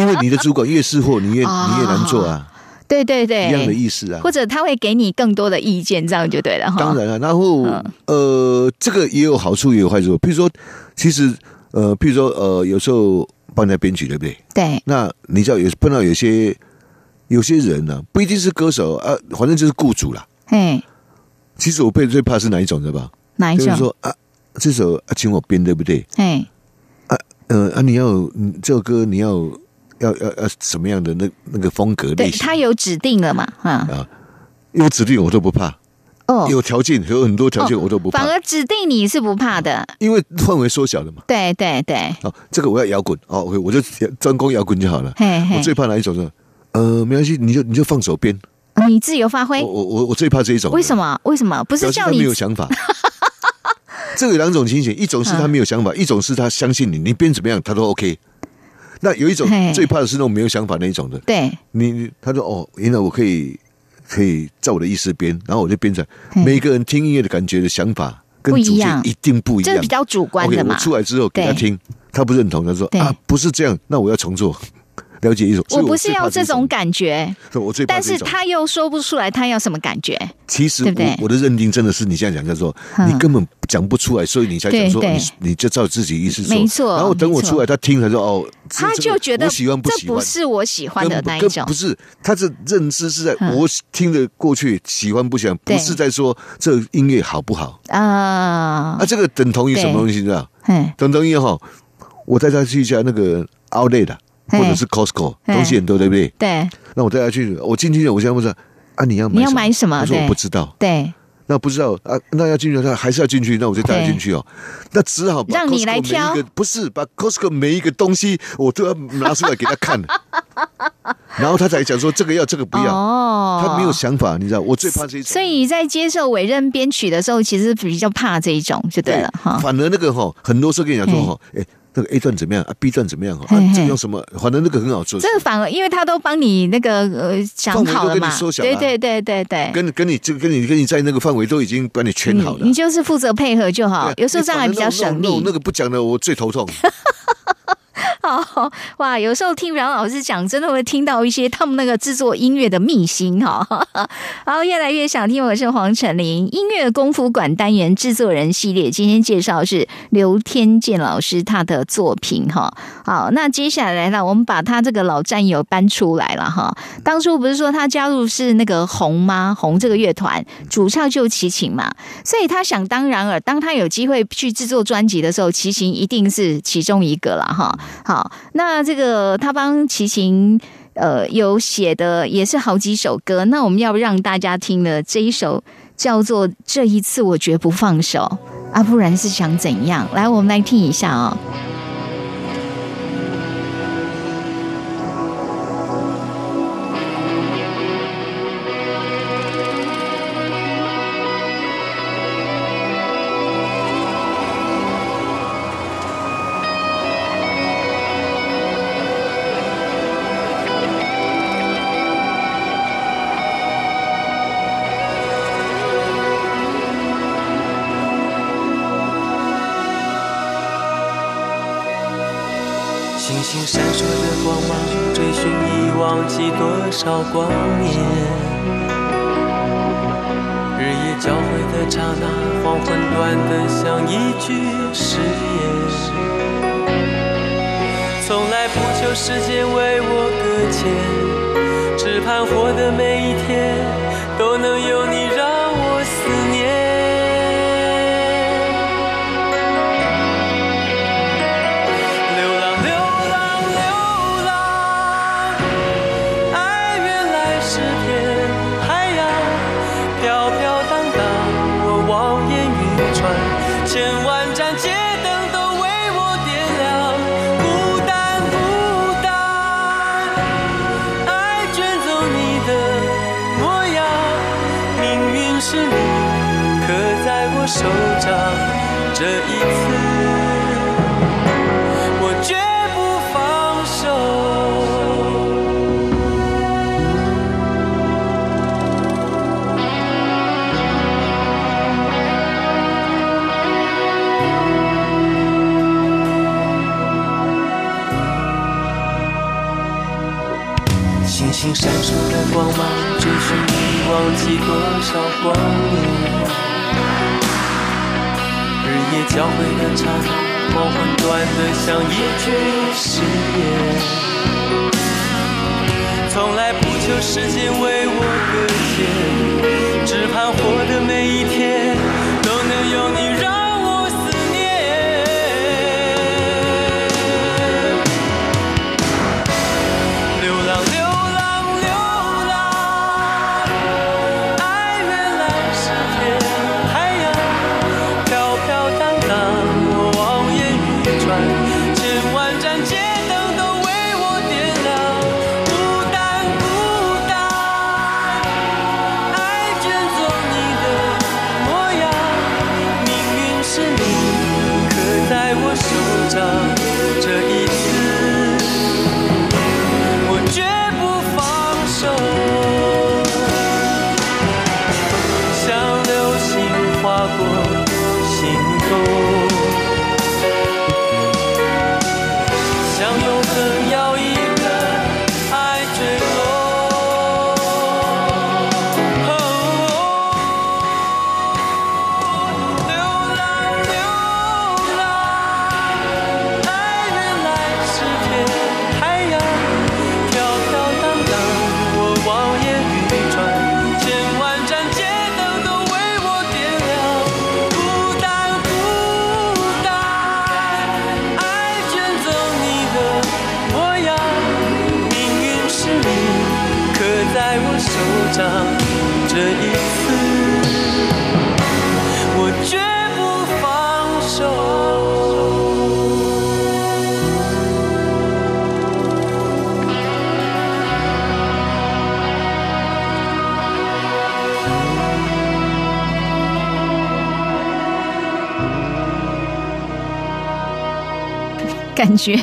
C: 因为你的主管越是货，你越
A: 哦
C: 你越难做啊，
A: 对对
C: 一
A: 对，
C: 样的意思啊
A: 或。者哦他会给你更多的意见，这样就对了哈。
C: 当然啊，然后
A: 嗯
C: 呃，这个也有好处，也有坏处。譬如说，其实呃，譬如说呃，有时候帮人家编曲，对不对？
A: 对，
C: 那你知道有碰到有些有些人呢、不一定是歌手啊，反正就是雇主啦。
A: 嘿，
C: 其实我最最怕是哪一种，知道吧？
A: 哪一
C: 就是
A: 种？
C: 说啊，这首啊，请我编，对不对？
A: 嘿，
C: 呃啊，你要嗯这首歌你要要要要什么样的那那个风格
A: 对
C: 类型
A: 他？有指定了嘛？哈，
C: 有指定我都不怕，
A: 哦，
C: 有条件有很多条件我都不怕
A: 反，而指定你是不怕的，
C: 因为范围缩小了嘛。
A: 对对对，
C: 哦，这个我要摇滚哦，我我就专攻摇滚就好了。
A: 嘿
C: 我最
A: 嘿，
C: 怕哪一种呢？呃，没关系，你就你就放手边。
A: 嗯你自由发挥
C: 我，我我我最怕这一种。
A: 为什
C: 么？
A: 么？为什么不
C: 哦表
A: 是
C: 示
A: 叫
C: 他
A: 你
C: 没有 想法。这个有两种情形，一种是
A: 嗯
C: 他没有想法，一种是他相信你，你编怎么样他都 OK。那有一种
A: 嘿
C: 最怕的是那种没有想法那一种的，
A: 对
C: 你你他说哦，原来我可以可以照我的意思编，然后我就编成
A: 嗯
C: 每一个人听音乐的感觉的想法跟
A: 不一
C: 主见
A: 样
C: 一定不一
A: 这
C: 样
A: 是比。较主观
C: OK，
A: 的
C: 我
A: 嘛？
C: 出来之后给他
A: 对
C: 听，他不认同，他说
A: 对
C: 啊不是这样，那我要重做， 了解一首。所
A: 我
C: 以
A: 不是
C: 最怕
A: 要这种，感觉，
C: 所以我最怕
A: 但
C: 这
A: 是
C: 种。
A: 他又说不出来他要什么感觉。
C: 其实
A: 对不对
C: 我我的认定真的是你这样讲，叫做
A: 嗯
C: 你根本讲不出来，所以你才讲说哦
A: 对对
C: 你你就照自己意思做，
A: 没错
C: 然后等我
A: 没错
C: 出来，他听他说哦，这
A: 他
C: 这
A: 就
C: 个
A: 觉得
C: 我喜欢不
A: 这
C: 喜欢
A: 不。是我喜欢的
C: 根
A: 那
C: 本
A: 一
C: 根
A: 种
C: 不，是，他这认知是在
A: 嗯
C: 我听得过去喜欢不喜欢，
A: 对
C: 不是在说这音乐好不好
A: 啊
C: 啊？，这个等同于什么东西？你知道？
A: 嘿，
C: 等同于哈，我带他去一家那个 outlet 啊或
A: 嘿
C: 者是 Costco，
A: 嘿
C: 东西很多，对不对？
A: 对
C: 那我带他去，我进去，我现在问他啊，你要买
A: 你要买什么
C: 他说我
A: 对
C: 不知道，
A: 对，
C: 那不知道啊，那要进去，那还是要进去，那我就带他进去哦。那只好把
A: 让你
C: Costco
A: 来挑
C: 每一个不是把 Costco 每一个东西我都要拿出来给他 看，然后他才讲说这个要，这个不要。
A: 哦
C: 他没有想法，你知道，我最怕这一种。
A: 所以在接受委任编曲的时候，其实比较怕这一种，就对了哈。
C: 反而那个哈，很多时候跟你讲说哈，哎，那个 A 段怎么样啊？B 段怎么样啊
A: 嘿嘿？
C: 这个用什么？反正那个很好做，
A: 这个反而因为他都帮你那个呃想好了
C: 范围都跟
A: 嘛
C: 你，缩小了
A: 对对对对对，
C: 跟跟你这跟你跟你在那个范围都已经把你圈好了
A: 你，你。就是负责配合就好
C: 对啊，
A: 有时候这样还比较
C: 你反而
A: 省
C: 弄弄弄
A: 力
C: 那。个不讲的，我最头痛。
A: 哦，哇，有时候听阮老师讲，真的会听到一些他们那个制作音乐的秘辛哈、哦。好，越来越想听，我是黄晨林，音乐功夫馆单元制作人系列，今天介绍是刘天健老师他的作品哈、好，那接下来呢，我们把他这个老战友搬出来了哈、当初不是说他加入是那个红吗？红这个乐团主唱就齐秦嘛，所以他想当然尔，当他有机会去制作专辑的时候，齐秦一定是其中一个了哈。好，那这个他帮齐秦。呃，有写的也是好几首歌，那我们要让大家听的这一首叫做《这一次我绝不放手》啊，不然是想怎样？来，我们来听一下哦。
F: 星星闪烁的光芒，追寻已忘记多少光年。日夜交汇的刹那，黄昏短的像一句誓言。从来不求时间为我搁浅，只盼活的每一天都能有你让我思念。流浪，流浪，流浪，爱原来是片海洋，飘飘荡荡，我望眼欲穿，千万盏街灯都为我点亮，孤单，孤单，爱卷走你的模样，命运是你刻在我手掌，这一次。我绝不放手。星星闪烁的光芒，追寻你忘记多少光年。日夜交汇的刹那，黄昏短的像一句誓言。从来不求时间为我搁浅，只盼活的每一天都能有你让我思念。流浪，流浪，流浪，爱原来是片海洋，飘飘荡荡，我望眼欲穿，千万盏街灯都为我点亮，孤单，孤单，手掌。这一次，我绝不放手。
A: 感觉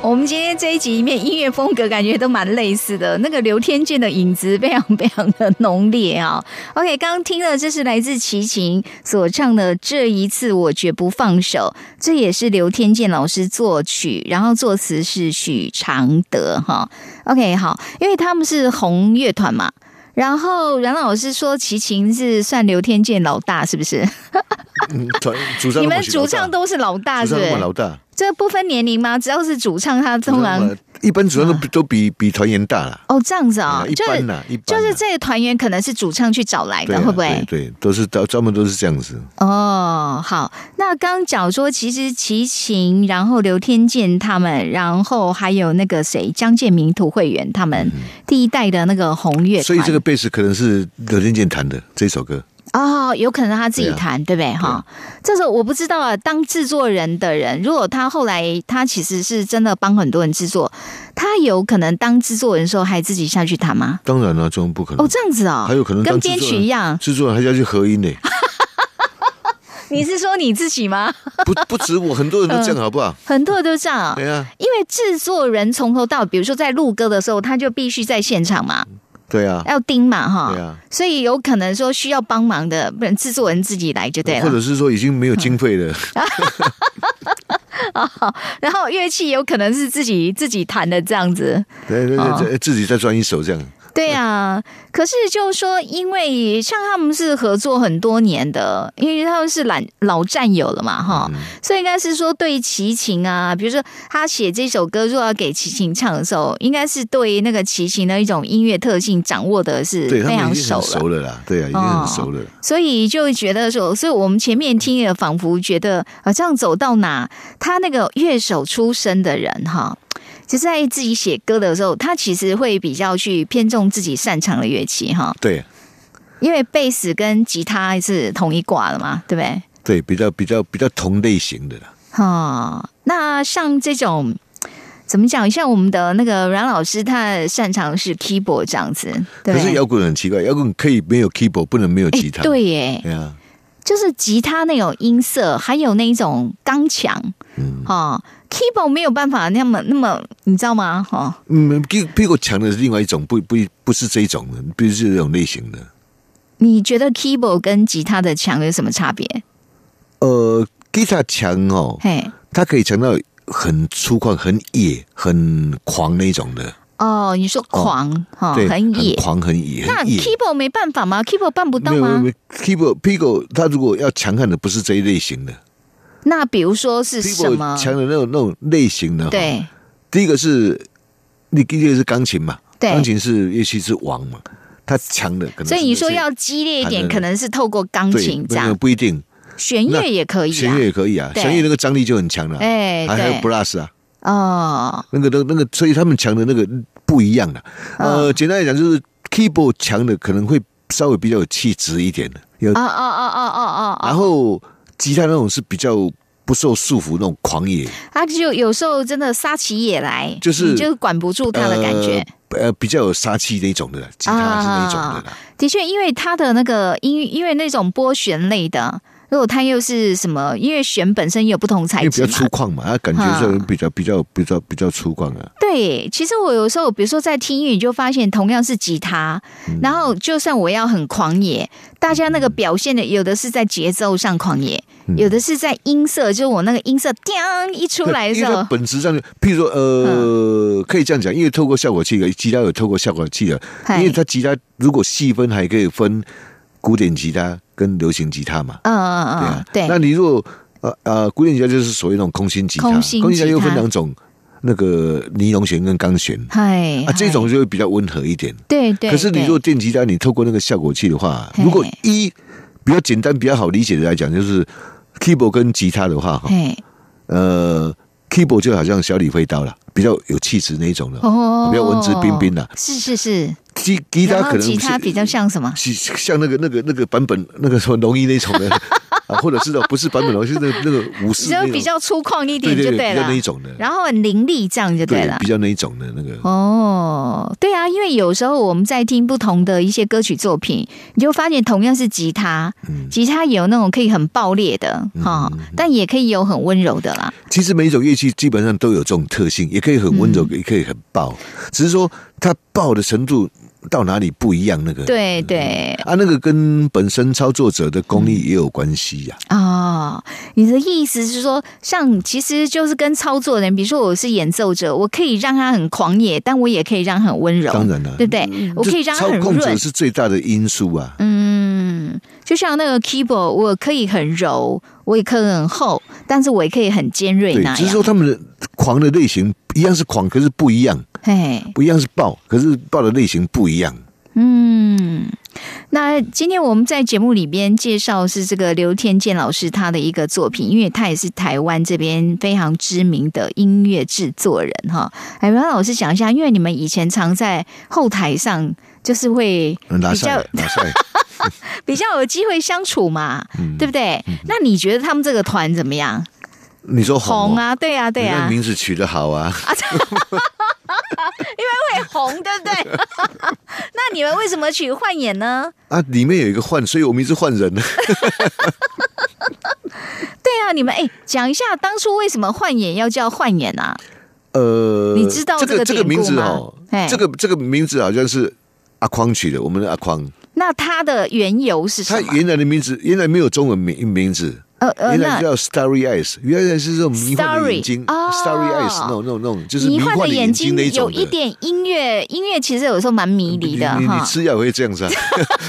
A: 我们今天这一集里面音乐风格感觉都蛮类似的，那个刘天健的影子非常非常的浓烈啊、OK，刚刚听了这是来自齐秦所唱的《这一次我绝不放手》，这也是刘天健老师作曲，然后作词是许常德哈、OK，好，因为他们是红乐团嘛。然后阮老师说，齐秦是算刘天健老大，是不是？
C: 嗯，团主唱
A: 你
C: 那
A: 们
C: 么
A: 主唱都是老大，是
C: 主唱
A: 不
C: 那么
A: 是？
C: 老大，
A: 这不分年龄吗？只要是主唱，他
C: 主
A: 通
C: 唱
A: 常
C: 那么一般主唱都比都比比团员大了。
A: 哦，这样子啊、
C: 哎呀一
A: 就
C: 般
A: 是
C: 啦，一般
A: 就
C: 啦
A: 是这个团员可能是主唱去找来的，
C: 对啊
A: 会不会？
C: 对，对都是都专门都是这样子。
A: 哦，好，那刚刚讲说，其实齐秦，然后刘天健他们，然后还有那个谁，江建明、涂慧源他们、第一代的那个红乐团，
C: 嗯所以这个贝斯可能是刘天健弹的这首歌，
A: 哦，有可能他自己
C: 对啊
A: 弹，对,、不对？哈，这时候我不知道啊。当制作人的人，如果他后来他其实是真的帮很多人制作，他有可能当制作人的时候还自己下去弹吗？
C: 当然了，这种不可能。
A: 哦，这样子哦，
C: 还有可能当
A: 跟
C: 制
A: 编
C: 作
A: 曲
C: 人
A: 一样。
C: 制作人还要去合 音呢，
A: 你是说你自己吗？
C: 不不止我，很多人都这样，好不好？
A: 很多人都这样啊、
C: 对啊，
A: 因为制作人从头到尾，比如说在录歌的时候，他就必须在现场嘛，
C: 对啊，
A: 要盯嘛，哈。
C: 对啊
A: 所以有可能说需要帮忙的，不然制作人自己来就对了。嗯
C: 或者是说已经没有经费了，
A: 然后乐器有可能是自己自己弹的这样子。
C: 对对
A: 哦
C: 对对，自己再装一首这样。
A: 对啊，可是就是说，因为像他们是合作很多年的，因为他们是老老战友了嘛，哈、
C: 嗯
A: 所以应该是说对齐秦啊，比如说他写这首歌，如果要给齐秦唱的时候，应该是对那个齐秦的一种音乐特性掌握的是
C: 对他
A: 非
C: 们
A: 常
C: 已经
A: 熟
C: 很
A: 了。哦
C: 熟了啦，对啊，已经很熟了。
A: 所以就觉得说，所以我们前面听也仿佛觉得，好像走到哪，他那个乐手出身的人哈，就在自己写歌的时候，他其实会比较去偏重自己擅长的乐器哈，
C: 对
A: 因为贝斯跟吉他是同一挂的嘛，对不对？
C: 对，比较比较比较同类型的啦。
A: 哦，那像这种。怎么讲？像我们的那个阮老师，他擅长是 keyboard 这样子，对
C: 可
A: 不对
C: 是摇滚很奇怪，摇滚可以没有 keyboard，不能没有吉他。
A: 哎对耶，
C: 对啊，
A: 就是吉他那种音色，还有那一种钢强，
C: 嗯
A: 哦，keyboard 没有办法那么那么，你知道吗？哦，
C: 嗯，比比我强的是另外一种，不不不是这一种的，不是这种类型的。
A: 你觉得 keyboard 跟吉他的强有什么差别？
C: 呃，吉他强哦，
A: 嘿，
C: 它可以强到很粗犷、很野、很狂那种的，
A: 哦，你说狂，哈、
C: 对，
A: 哦很野，
C: 狂、很野，
A: 那
C: 很野。
A: keyboard 没办法吗？keyboard 办不到
C: 没有没有
A: 吗
C: 没？有，keyboard pigo，它如果要强悍的，不是这一类型的。
A: 那比如说是什
C: pigo
A: 么？
C: 强的那种那种类型的，，
A: 对
C: 第一个是你第一个是钢琴嘛，
A: 对
C: 钢琴是乐器之王嘛，它强的可能是那
A: 所
C: 些。
A: 以你说要激烈一点，
C: 弹的
A: 可能是透过钢
C: 对
A: 琴这
C: 没有
A: 样，
C: 不一定，
A: 弦乐也可以啊。
C: 弦乐也可以啊，
A: 对
C: 弦乐那个张力就很强了。啊
A: 哎
C: 还还有
A: 对
C: brass 啊，
A: 哦，
C: 那个那那个，所以他们强的那个不一样的。
A: 嗯
C: 呃，简单来讲就是 keyboard 强的可能会稍微比较有气质一点的，有
A: 哦哦哦哦哦哦
C: 然后吉他那种是比较不受束缚那种狂野，
A: 哦，他就有时候真的杀起野来，
C: 就是
A: 你就管不住他的感觉。
C: 呃，呃比较有杀气那一种的啦，吉他是那一种的啦。
A: 的确，因为它的那个音，因为那种拨弦类的，如果它又是什么，因为弦本身也有不同
C: 因
A: 材
C: 为比
A: 质
C: 较
A: 嘛。
C: 粗犷嘛，他感觉
A: 嗯
C: 上比较比较比较比较粗犷啊。
A: 对，其实我有时候，比如说在听音乐，你就发现同样是吉他，
C: 嗯
A: 然后就算我要很狂野，大家那个表现的，有的是在节奏上狂野，
C: 嗯
A: 有的是在音色，就是我那个音色叮一出来嗯的
C: 因
A: 时
C: 为它
A: 候，
C: 本质上就，譬如说，呃，可以这样讲，因为透过效果器的吉他有透过效果器的，
A: 嗨
C: 因为它吉啊他如果细分还可以分古典吉他跟流行吉他嘛，
A: 嗯嗯
C: 对啊
A: 嗯，，对
C: 那你如果呃呃古典吉他就是所谓那种空心吉他，
A: 空心吉他
C: 又分两种，那个尼龙弦跟钢弦
A: 哎嗨，
C: 啊，这种
A: 嗨
C: 就会比较温和一点。
A: 对对，
C: 可是你
A: 对
C: 如果电吉他，你透过那个效果器的话，
A: 嘿
C: 如果一比较
A: 哎
C: 简单、比较好理解的来讲，就是 keyboard 跟吉他的话，哈，
A: 嘿
C: 呃 keyboard 就好像小李飞刀了，比较有气质那一种了，
A: 哦，
C: 比较文质彬彬了。
A: 是是是，
C: 吉吉他
A: 然
C: 可
A: 后
C: 能
A: 吉他
C: 是
A: 比较像什么？
C: 是像那个那个那个版本那个什么龙一那种的啊，或者是那种不是版本龙一，是那个那个武士那
A: 就
C: 种
A: 比较粗犷一点
C: 对
A: 就
C: 对
A: 了，
C: 对，比较那一种的，
A: 然后很凌厉这样就对了
C: 比。较那一种的那个。
A: 哦，对啊，因为有时候我们在听不同的一些歌曲作品，你就发现同样是吉他，
C: 嗯
A: 吉他有那种可以很爆裂的哈、但也可以有很温柔的啦。
C: 其实每一种乐器基本上都有这种特性，也可以很温
A: 嗯
C: 柔，也可以很爆，只是说它爆的程度到哪里不一样。那个
A: 对对
C: 啊，那个跟本身操作者的功力也有关系呀、
A: 啊、你的意思是说，像其实就是跟操作人，比如说我是演奏者，我可以让他很狂野，但我也可以让他很温柔，
C: 当然了嗯
A: 对不对？我可以让他
C: 操
A: 很
C: 控者
A: 润，
C: 是最大的因素啊。
A: 嗯，就像那个 keyboard，我可以很柔，我也可以很厚，但是我也可以很尖锐
C: 对
A: 那，
C: 只是说
A: 样。
C: 他们的狂的类型一样是狂，可是不一样，
A: 嘿，
C: 不一样是爆，可是爆的类型不一样。
A: 嗯，那今天我们在节目里边介绍是这个刘天健老师他的一个作品，因为他也是台湾这边非常知名的音乐制作人哈。哎，阮老师讲一下，因为你们以前常在后台上。就是会
C: 拿
A: 比
C: 下
A: 较
C: 来，拿下 来。
A: 比较有机会相处嘛，对不对？那你觉得他们这个团怎么样？
C: 你说红
A: 红
C: 哦，
A: 啊，对啊，对
C: 你
A: 啊
C: 那，名字取得好啊。
A: 会红，对不对？ 那你们为什么取幻眼呢？
C: 啊，里面有一个换，所以我们一直换人。啊
A: 对啊，你们哎，讲一下当初为什么幻眼要叫幻眼啊？
C: 呃，
A: 你知道
C: 这个
A: 这
C: 这
A: 个典
C: 个名
A: 故
C: 字
A: 吗
C: 哦
A: 哎，
C: 这个这个名字好像是阿匡取的，我们的阿匡，
A: 那它的缘由是什
C: 他
A: 么？
C: 原来的名字原来没有中文名名字，
A: 呃呃，
C: 原来
A: 那
C: 叫 Starry Eyes，原来是这种迷幻的眼睛
A: Starry，哦
C: ，Starry Eyes，那种那种那种就是迷
A: 迷
C: 幻
A: 幻的
C: 的
A: 眼
C: 眼睛
A: 睛
C: 那
A: 有
C: 种
A: 一
C: 的。嗯
A: 点音乐，音乐其实有时候蛮迷离的
C: 你你
A: 哈
C: 你。吃药也会这样子啊，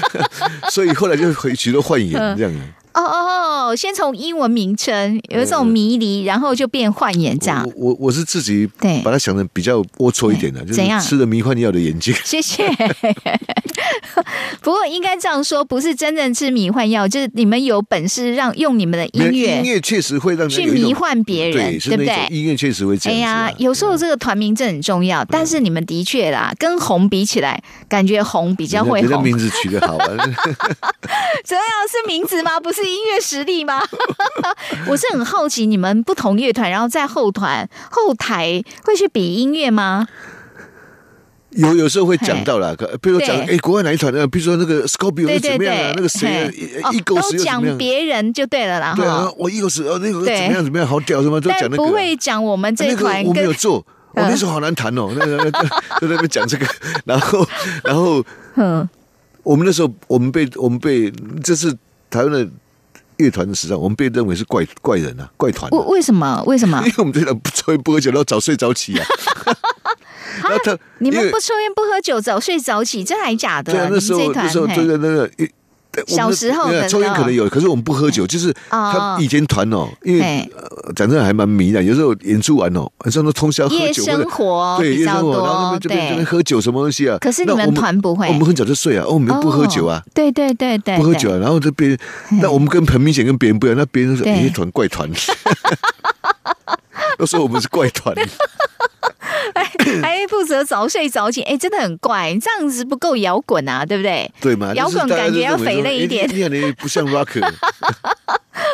C: 所以后来就回去都换眼这样。啊
A: 哦哦哦，先从英文名称有一种迷离，然后就变幻眼这样
C: 我。我我是自己
A: 对
C: 把它想的比较龌龊一点的，
A: 对
C: 就是
A: 怎样
C: 吃了迷幻药的眼睛。
A: 谢谢。 不过应该这样说，不是真正吃迷幻药，就是你们有本事让用你们的音
C: 没有
A: 乐
C: 音乐确实会让人
A: 去
C: 有一种
A: 迷幻别人
C: 对，是
A: 对不
C: 那
A: 对
C: 种音乐确实会这
A: 哎
C: 样子啊。
A: 呀，有时候这个团名真的很重
C: 嗯
A: 要，但是你们的确啦，跟红比起来，感觉红比较会
C: 人家
A: 红。
C: 名字取得好啊，
A: 这样是名字吗？不是音乐实力吗？ 我是很好奇，你们不同乐团，然后在后团后台会去比音乐吗？
C: 有有时候会讲到啦，可比如说讲
A: 对
C: 哎，国外哪一团呢？比如说那个 Scorpio
A: 对
C: 又怎
A: 对
C: 么样
A: 对，，
C: 啊那个谁啊
A: 嘿哦
C: 一一狗
A: 都
C: 屎又怎么
A: 讲
C: 样？
A: 别人就对了啦，
C: 对啊
A: 哈，，
C: 我一狗屎哦，那个
A: 对
C: 怎么样怎么样，好屌什么都
A: 但
C: 讲那个啊
A: 不会讲我们这
C: 那个
A: 团
C: 我没
A: 跟
C: 有做。我
A: 嗯
C: 那首好难弹哦，那个 那个就在那边讲这个，然后然后
A: 嗯
C: 我们那时候我们被我们被这是台湾的乐团的史上，我们被认为是怪怪人啊，怪团啊、
A: 为为什么为什么
C: 因为我们这人不抽烟不喝酒，然后早睡 早起啊。然后他
A: 你
C: 因
A: 们
C: 为
A: 不抽烟不喝酒早睡早起，真还假的？
C: 对啊，
A: 你
C: 那
A: 们
C: 时
A: 这一
C: 候那
A: 团
C: 时候
A: 嘿
C: 对对那个。一
A: 小
C: 我们
A: 时候
C: 对啊
A: 的
C: 抽烟可能有，可是我们不喝酒。就是
A: 哦
C: 他以前团哦，因为
A: 嘿
C: 呃讲真的还蛮迷的，有时候演出完哦，晚上都通宵喝
A: 夜
C: 酒，
A: 生活
C: 或者对
A: 比
C: 夜
A: 较
C: 生活，然
A: 多，
C: 后那边这边这
A: 对
C: 边。喝酒什么东西啊。
A: 可是你
C: 那
A: 们
C: 我
A: 团不会
C: 我们很早就睡啊，哦，我们不喝酒啊
A: 哦，对对对对，
C: 不喝
A: 对
C: 酒啊。然后这边，那我们跟很明显跟别人不一样，那别人说
A: 对
C: 哎团怪团，都说我们是怪团。
A: 哎，负责早睡早起，哎，真的很怪，这样子不够摇滚啊，对不对？
C: 对嘛？
A: 摇滚
C: 就是大家
A: 感觉
C: 就认
A: 要
C: 为
A: 肥
C: 说
A: 累一
C: 诶
A: 点
C: 你你看你不 像 rocker，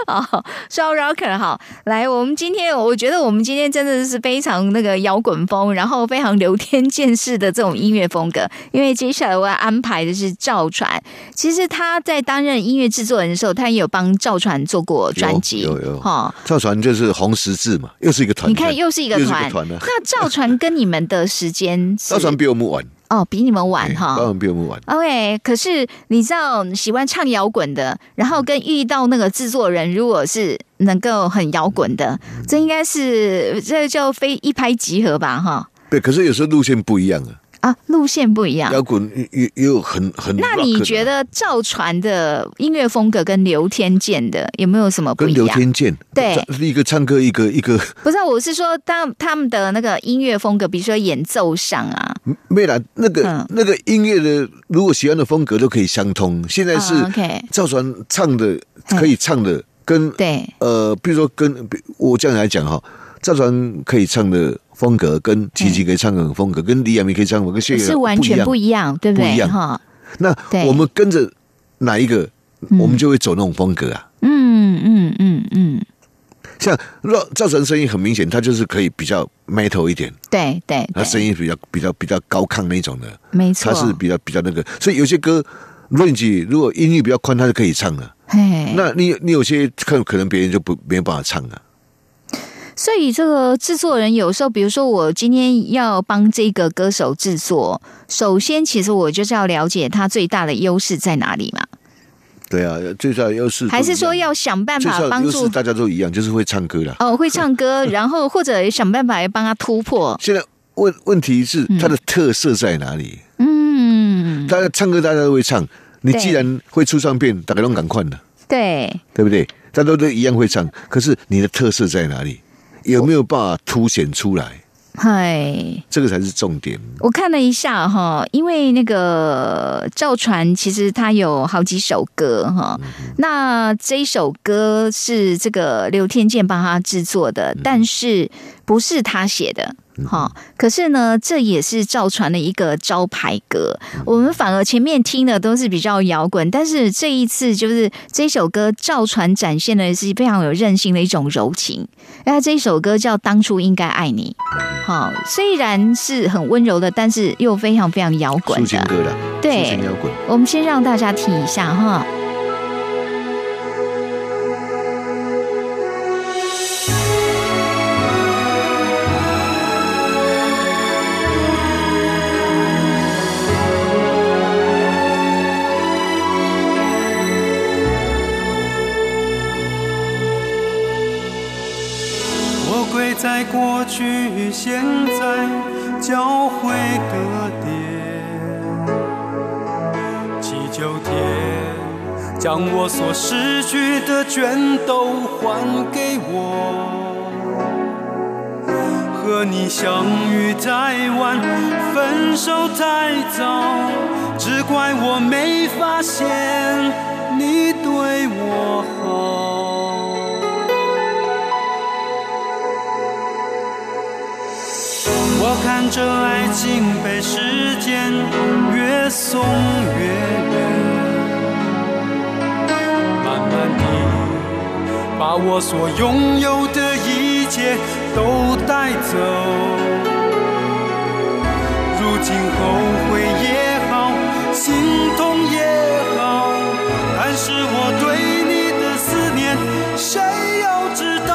A: 哦，说到 rocker 好，来，我们今天我觉得我们今天真的是非常那个摇滚风，然后非常流天见式的这种音乐风格。因为接下来我要安排的是赵传，其实他在担任音乐制作人的时候，他也有帮赵传做过专辑，
C: 有有有
A: 哈、
C: 造船就是红十字嘛，又是一个团。
A: 你看，又是一个
C: 又是一个
A: 团，
C: 团啊
A: 那赵传跟你们的时间是
C: 造船比我们晚，
A: 哦，比你们晚
C: 哎
A: 哈，
C: 造船比我们晚。
A: OK，可是你知道喜欢唱摇滚的，然后跟遇到那个制作人，如果是能够很摇滚的，
C: 嗯
A: 这应该是这就非一拍即合吧，哈
C: 对，可是有时候路线不一样啊，
A: 啊，路线不一样。
C: 摇滚也也也有很很 rock 的啊。
A: 那你觉得赵传的音乐风格跟刘天健的有没有什么不
C: 跟
A: 一
C: 刘
A: 样？
C: 天健
A: 对
C: 一个唱歌，一个一个
A: 不是啊，我是说他他们的那个音乐风格，比如说演奏上啊，
C: 没啦，那
A: 嗯
C: 个那个音乐的，如果喜欢的风格都可以相通。现在是
A: 啊，OK
C: 造船唱的可以唱的，跟
A: 对，
C: 呃，比如说跟比我这样来讲哈，赵传可以唱的风格跟齐秦可以唱的风格，跟李亚明可以唱的风格跟谢
A: 嗯是
C: 颖
A: 完全不
C: 一样。
A: 一样，对不对？
C: 不一样
A: 哈，
C: 那
A: 对
C: 我们跟着哪一个，我们就会走那种风格啊。
A: 嗯嗯嗯嗯，
C: 像若赵传声音很明显，他就是可以比较 metal 一点，
A: 对对
C: 他声
A: 对，
C: 音比较比较比较高亢那种的，
A: 没错，
C: 他是比较比较那个，所以有些歌 range 如果音域比较宽，他就可以唱了。
A: 嘿，
C: 那你你有些看可能别人就不没有办法唱了。
A: 所以这个制作人有时候，比如说我今天要帮这个歌手制作，首先其实我就是要了解他最大的优势在哪里嘛，
C: 对啊，最大的优势
A: 还是说
C: 都一样
A: 要想办
C: 最
A: 法
C: 大的
A: 帮
C: 优势
A: 助
C: 大家都一样，就是会唱歌啦。
A: 哦会唱 歌，然后或者想办法帮他突破，
C: 现在问问题是它的特色在哪里？
A: 嗯，
C: 大家唱歌大家都会唱，你
A: 对
C: 既然会出唱片，大家都赶快的，
A: 对，
C: 对不对？大家都一样会唱，可是你的特色在哪里？有没有办法凸显出来？
A: 嗨。
C: 这个才是重点。
A: 我看了一下哈，因为那个赵传其实他有好几首歌哈，那这一首歌是这个刘天健帮他制作的，
C: 嗯
A: 但是不是他写的。哈，可是呢，这也是赵传的一个招牌歌。
C: 嗯
A: 我们反而前面听的都是比较摇滚，但是这一次就是这首歌，赵传展现的是非常有韧性的一种柔情。那这一首歌叫《当初应该爱你》。好，虽然是很温柔的，但是又非常非常摇滚
C: 抒情
A: 的。
C: 歌啦，
A: 对
C: 抒情摇滚。
A: 我们先让大家听一下哈。
F: 我跪在过去与现在交汇的点，祈求天将我所失去的全都还给我。和你相遇太晚，分手太早，只怪我没发现你对我好。我看着爱情被时间越送越远，慢慢地把我所拥有的一切都带走。如今后悔也好，心痛也好，但是我对你的思念，谁又知道？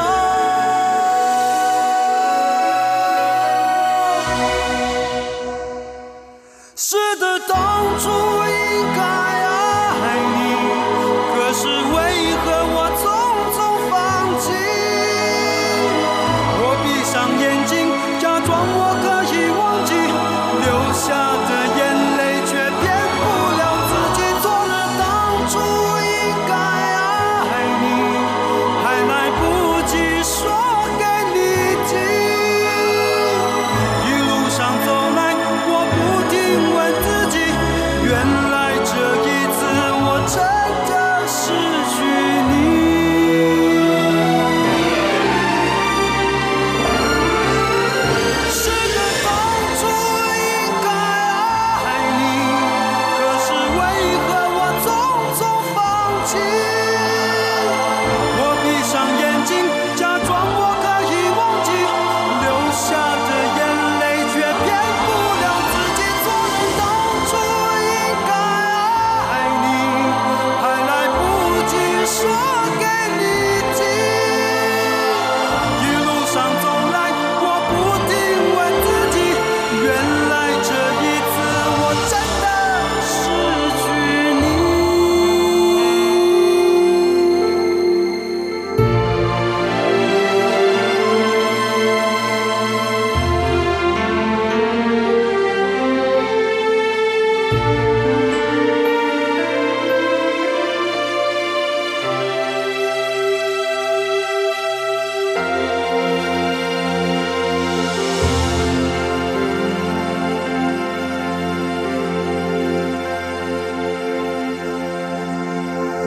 F: 是的，当初应该爱你，可是为何我匆匆放弃？我闭上眼睛，假装我可以忘记，流下的眼泪却骗不了自啊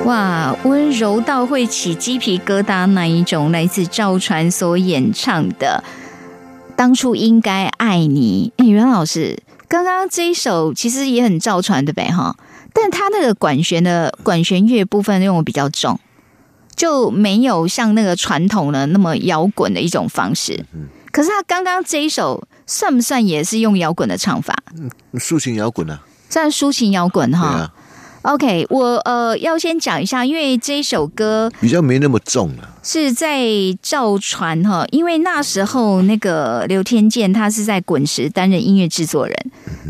A: 哇，温柔到会起鸡皮疙瘩那一种，来自赵传所演唱的《当初应该爱你》。哎，袁老师，刚刚这一首其实也很赵传，对不对哈？但他那个管弦的管弦乐部分用的比较重，就没有像那个传统的那么摇滚的一种方式。可是他刚刚这一首算不算也是用摇滚的唱法？
C: 抒情摇滚啊，
A: 算抒情摇滚
C: 对
A: 哈。
C: 啊，
A: OK，我呃要先讲一下，因为这一首歌
C: 比较没那么重啊了、
A: 是在赵传哈，因为那时候那个刘天健他是在滚石担任音乐制作人，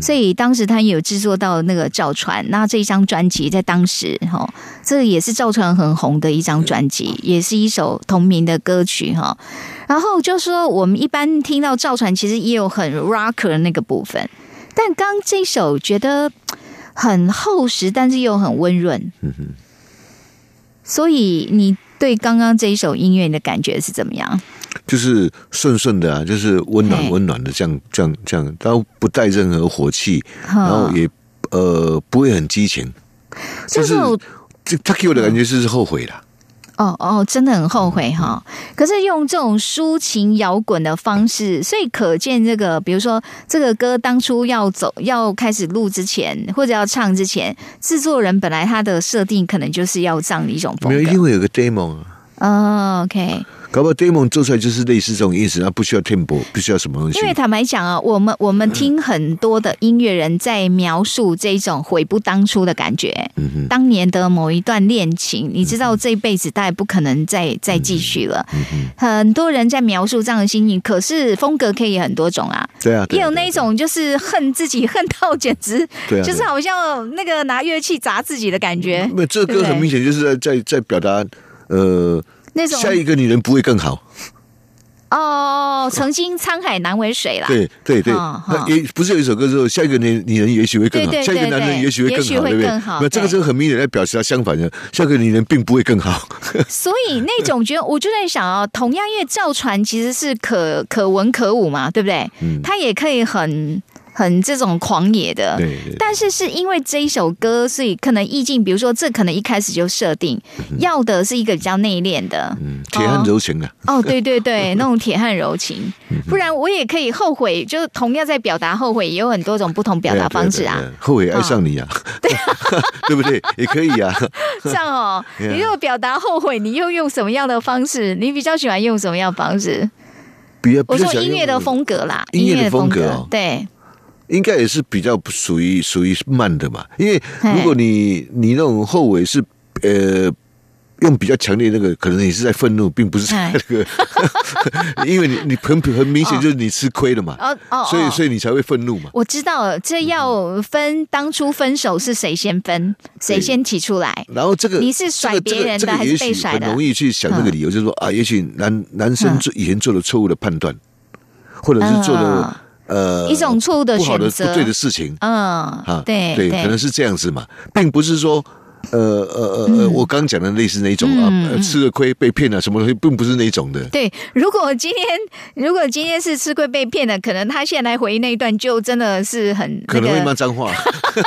A: 所以当时他也有制作到那个赵传，那这一张专辑在当时哈，这也是赵传很红的一张专辑，也是一首同名的歌曲哈。然后就说我们一般听到赵传，其实也有很 rocker 的那个部分，但刚这首觉得很厚实，但是又很温润。所以你对刚刚这一首音乐你的感觉是怎么样？
C: 就是顺顺的啊，就是温暖
A: 嘿
C: 温暖的这样这样这样，然后不带任何火气，
A: 哈
C: 然后也呃不会很激情，
A: 这
C: 就是
A: 首
C: 这他给我的感觉是后悔啦。
A: 哦哦，真的很后悔哈、可是用这种抒情摇滚的方式，所以可见这个，比如说这个歌当初要走要开始录之前，或者要唱之前，制作人本来他的设定可能就是要这样的一种
C: 没有，
A: 风
C: 一定
A: 格。
C: 会有个 demo 啊，
A: 哦，OK。
C: 搞不好 demo 做出来就是类似这种意思，它不需要 tempo，不需要什么东西
A: 因。为坦白讲啊，我们我们听很多的音乐人在描述这种悔不当初的感觉，
C: 嗯
A: 当年的某一段恋情，你知道这辈子大概不可能
C: 嗯
A: 再再继续了。很多人在描述这样的心情，可是风格可以很多种啊。
C: 对啊，对
A: 也
C: 啊
A: 有那一种就是恨自己 恨到简直，
C: 对啊对啊
A: 就是好像那个拿乐器砸自己的感觉，
C: 没有这个歌很明显就是在在在表达呃，
A: 那种
C: 下一个女人不会更好。
A: 哦，曾经沧海难为水啦。
C: 对对对，
A: 哦哦
C: 那也不是有一首歌说下一个女女人也许会更好
A: 对，对
C: 下一个男人也许会更
A: 对对也许
C: 好，对不
A: 会
C: 对
A: 更好？
C: 那这个
A: 对
C: 就很明显在表示它相反的，下一个女人并不会更好。
A: 所以那种觉得，我就在想啊，同样因为赵传其实是可 可文可武嘛，对不对？
C: 嗯
A: 他也可以很很这种狂野的，
C: 对对对
A: 但是是因为这一首歌，所以可能意境，比如说这可能一开始就设定要的是一个比较内敛的，
C: 嗯，铁汉柔情嗯啊，
A: 哦，对对 对，那种铁汉柔情，不然我也可以后悔，就是同样在表达后悔，也有很多种不同表达方式啊。
C: 对，对对对后悔爱上你啊， 对不对？也可以 啊，
A: 这样哦，
C: Yeah
A: 你如果表达后悔，你又用什么样的方式？你比较喜欢用什么样的方式？
C: 比较
A: 我
C: 比较
A: 说
C: 想
A: 音乐的
C: 用
A: 风格啦，
C: 音乐的风格哦
A: 对，
C: 应该也是比较属于属于慢的嘛，因为
A: 嘿
C: 如果你你那种后悔是呃。用比较强烈那个，可能你是在愤怒，并不是在
A: 哎
C: 那个， 因为你你很很明显就是你吃亏了嘛，
A: 哦哦，
C: 所以
A: 哦
C: 所以你才会愤怒嘛。
A: 我知道了，这要分当初分手是谁先
C: 嗯
A: 分，谁先提出来。
C: 然后这个
A: 你是甩别人的
C: 这个
A: 还
C: 这
A: 是
C: 个
A: 被
C: 也许
A: 甩的
C: 很容易去想那个理由，就是说啊，也许男男生
A: 嗯
C: 做以前做了错误的判断，或者是做了呃
A: 嗯一种错误的
C: 不好的
A: 选择
C: 不对的事情
A: 嗯
C: 啊，，
A: 对
C: 对，可能是这样子嘛，并不是说。呃呃呃呃，
A: 嗯
C: 我刚讲的类似那种啊，呃吃了亏被骗了什么东西，并不是那种的。
A: 对，如果今天如果今天是吃亏被骗的，可能他现在来回忆那一段，就真的是很
C: 可能会
A: 那
C: 骂
A: 个，
C: 脏话，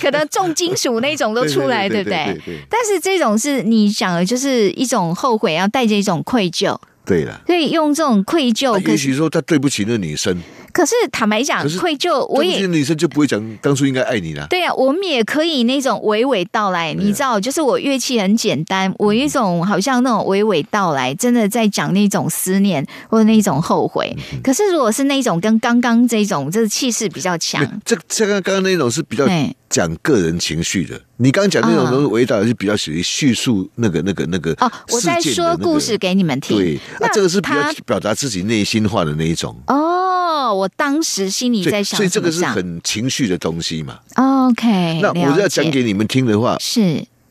A: 可能重金属那种都出来，
C: 对
A: 不
C: 对
A: 对
C: 对对对对
A: 但是这种是你想的，就是一种后悔，要带着一种愧疚，
C: 对了，
A: 所以用这种愧疚，
C: 啊
A: 哦可
C: 也
A: 是
C: 许说他对不起那女生，
A: 可是坦白讲
C: 可，是
A: 愧疚我
C: 对不起
A: 也
C: 那女生就不会讲当初应该爱你啦。
A: 对啊，我们也可以那种娓娓道来，
C: 啊
A: 你知道，就是我乐器很简
C: 嗯
A: 单，我有一种好像那种娓娓道来，真的在讲那种思念或者那种后悔。
C: 嗯
A: 可是如果是那种跟刚刚这种，这气势比较强，
C: 这这个刚刚那种是比较
A: 对
C: 讲个人情绪的，你刚刚讲那种
A: 嗯
C: 东西，伟大的是比较属于叙述那个那个那个
A: 哦，我
C: 事件
A: 在
C: 的
A: 说
C: 那个
A: 故事给你们听。
C: 对，那这个是比
A: 他
C: 较表达自己内心话的那一种，
A: 哦，我当时心里在
C: 对，
A: 想
C: 所以这
A: 怎
C: 个
A: 么
C: 是
A: 想
C: 很情绪的东西嘛。
A: OK，
C: 那我
A: 哎了
C: 要讲
A: 解
C: 给你们听的话，
A: 是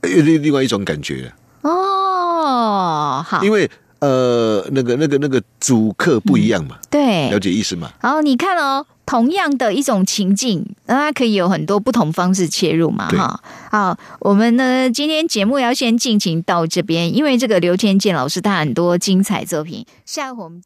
C: 又另另外一种感觉了，
A: 哦，好，
C: 因为呃，那个那个那个主客不一样嘛，
A: 对
C: 了解意思嘛？
A: 然后你看哦，同样的一种情境，那它可以有很多不同方式切入嘛，
C: 对
A: 哈。好，我们呢今天节目要先进行到这边，因为这个刘天健老师他很多精彩作品，下回我们。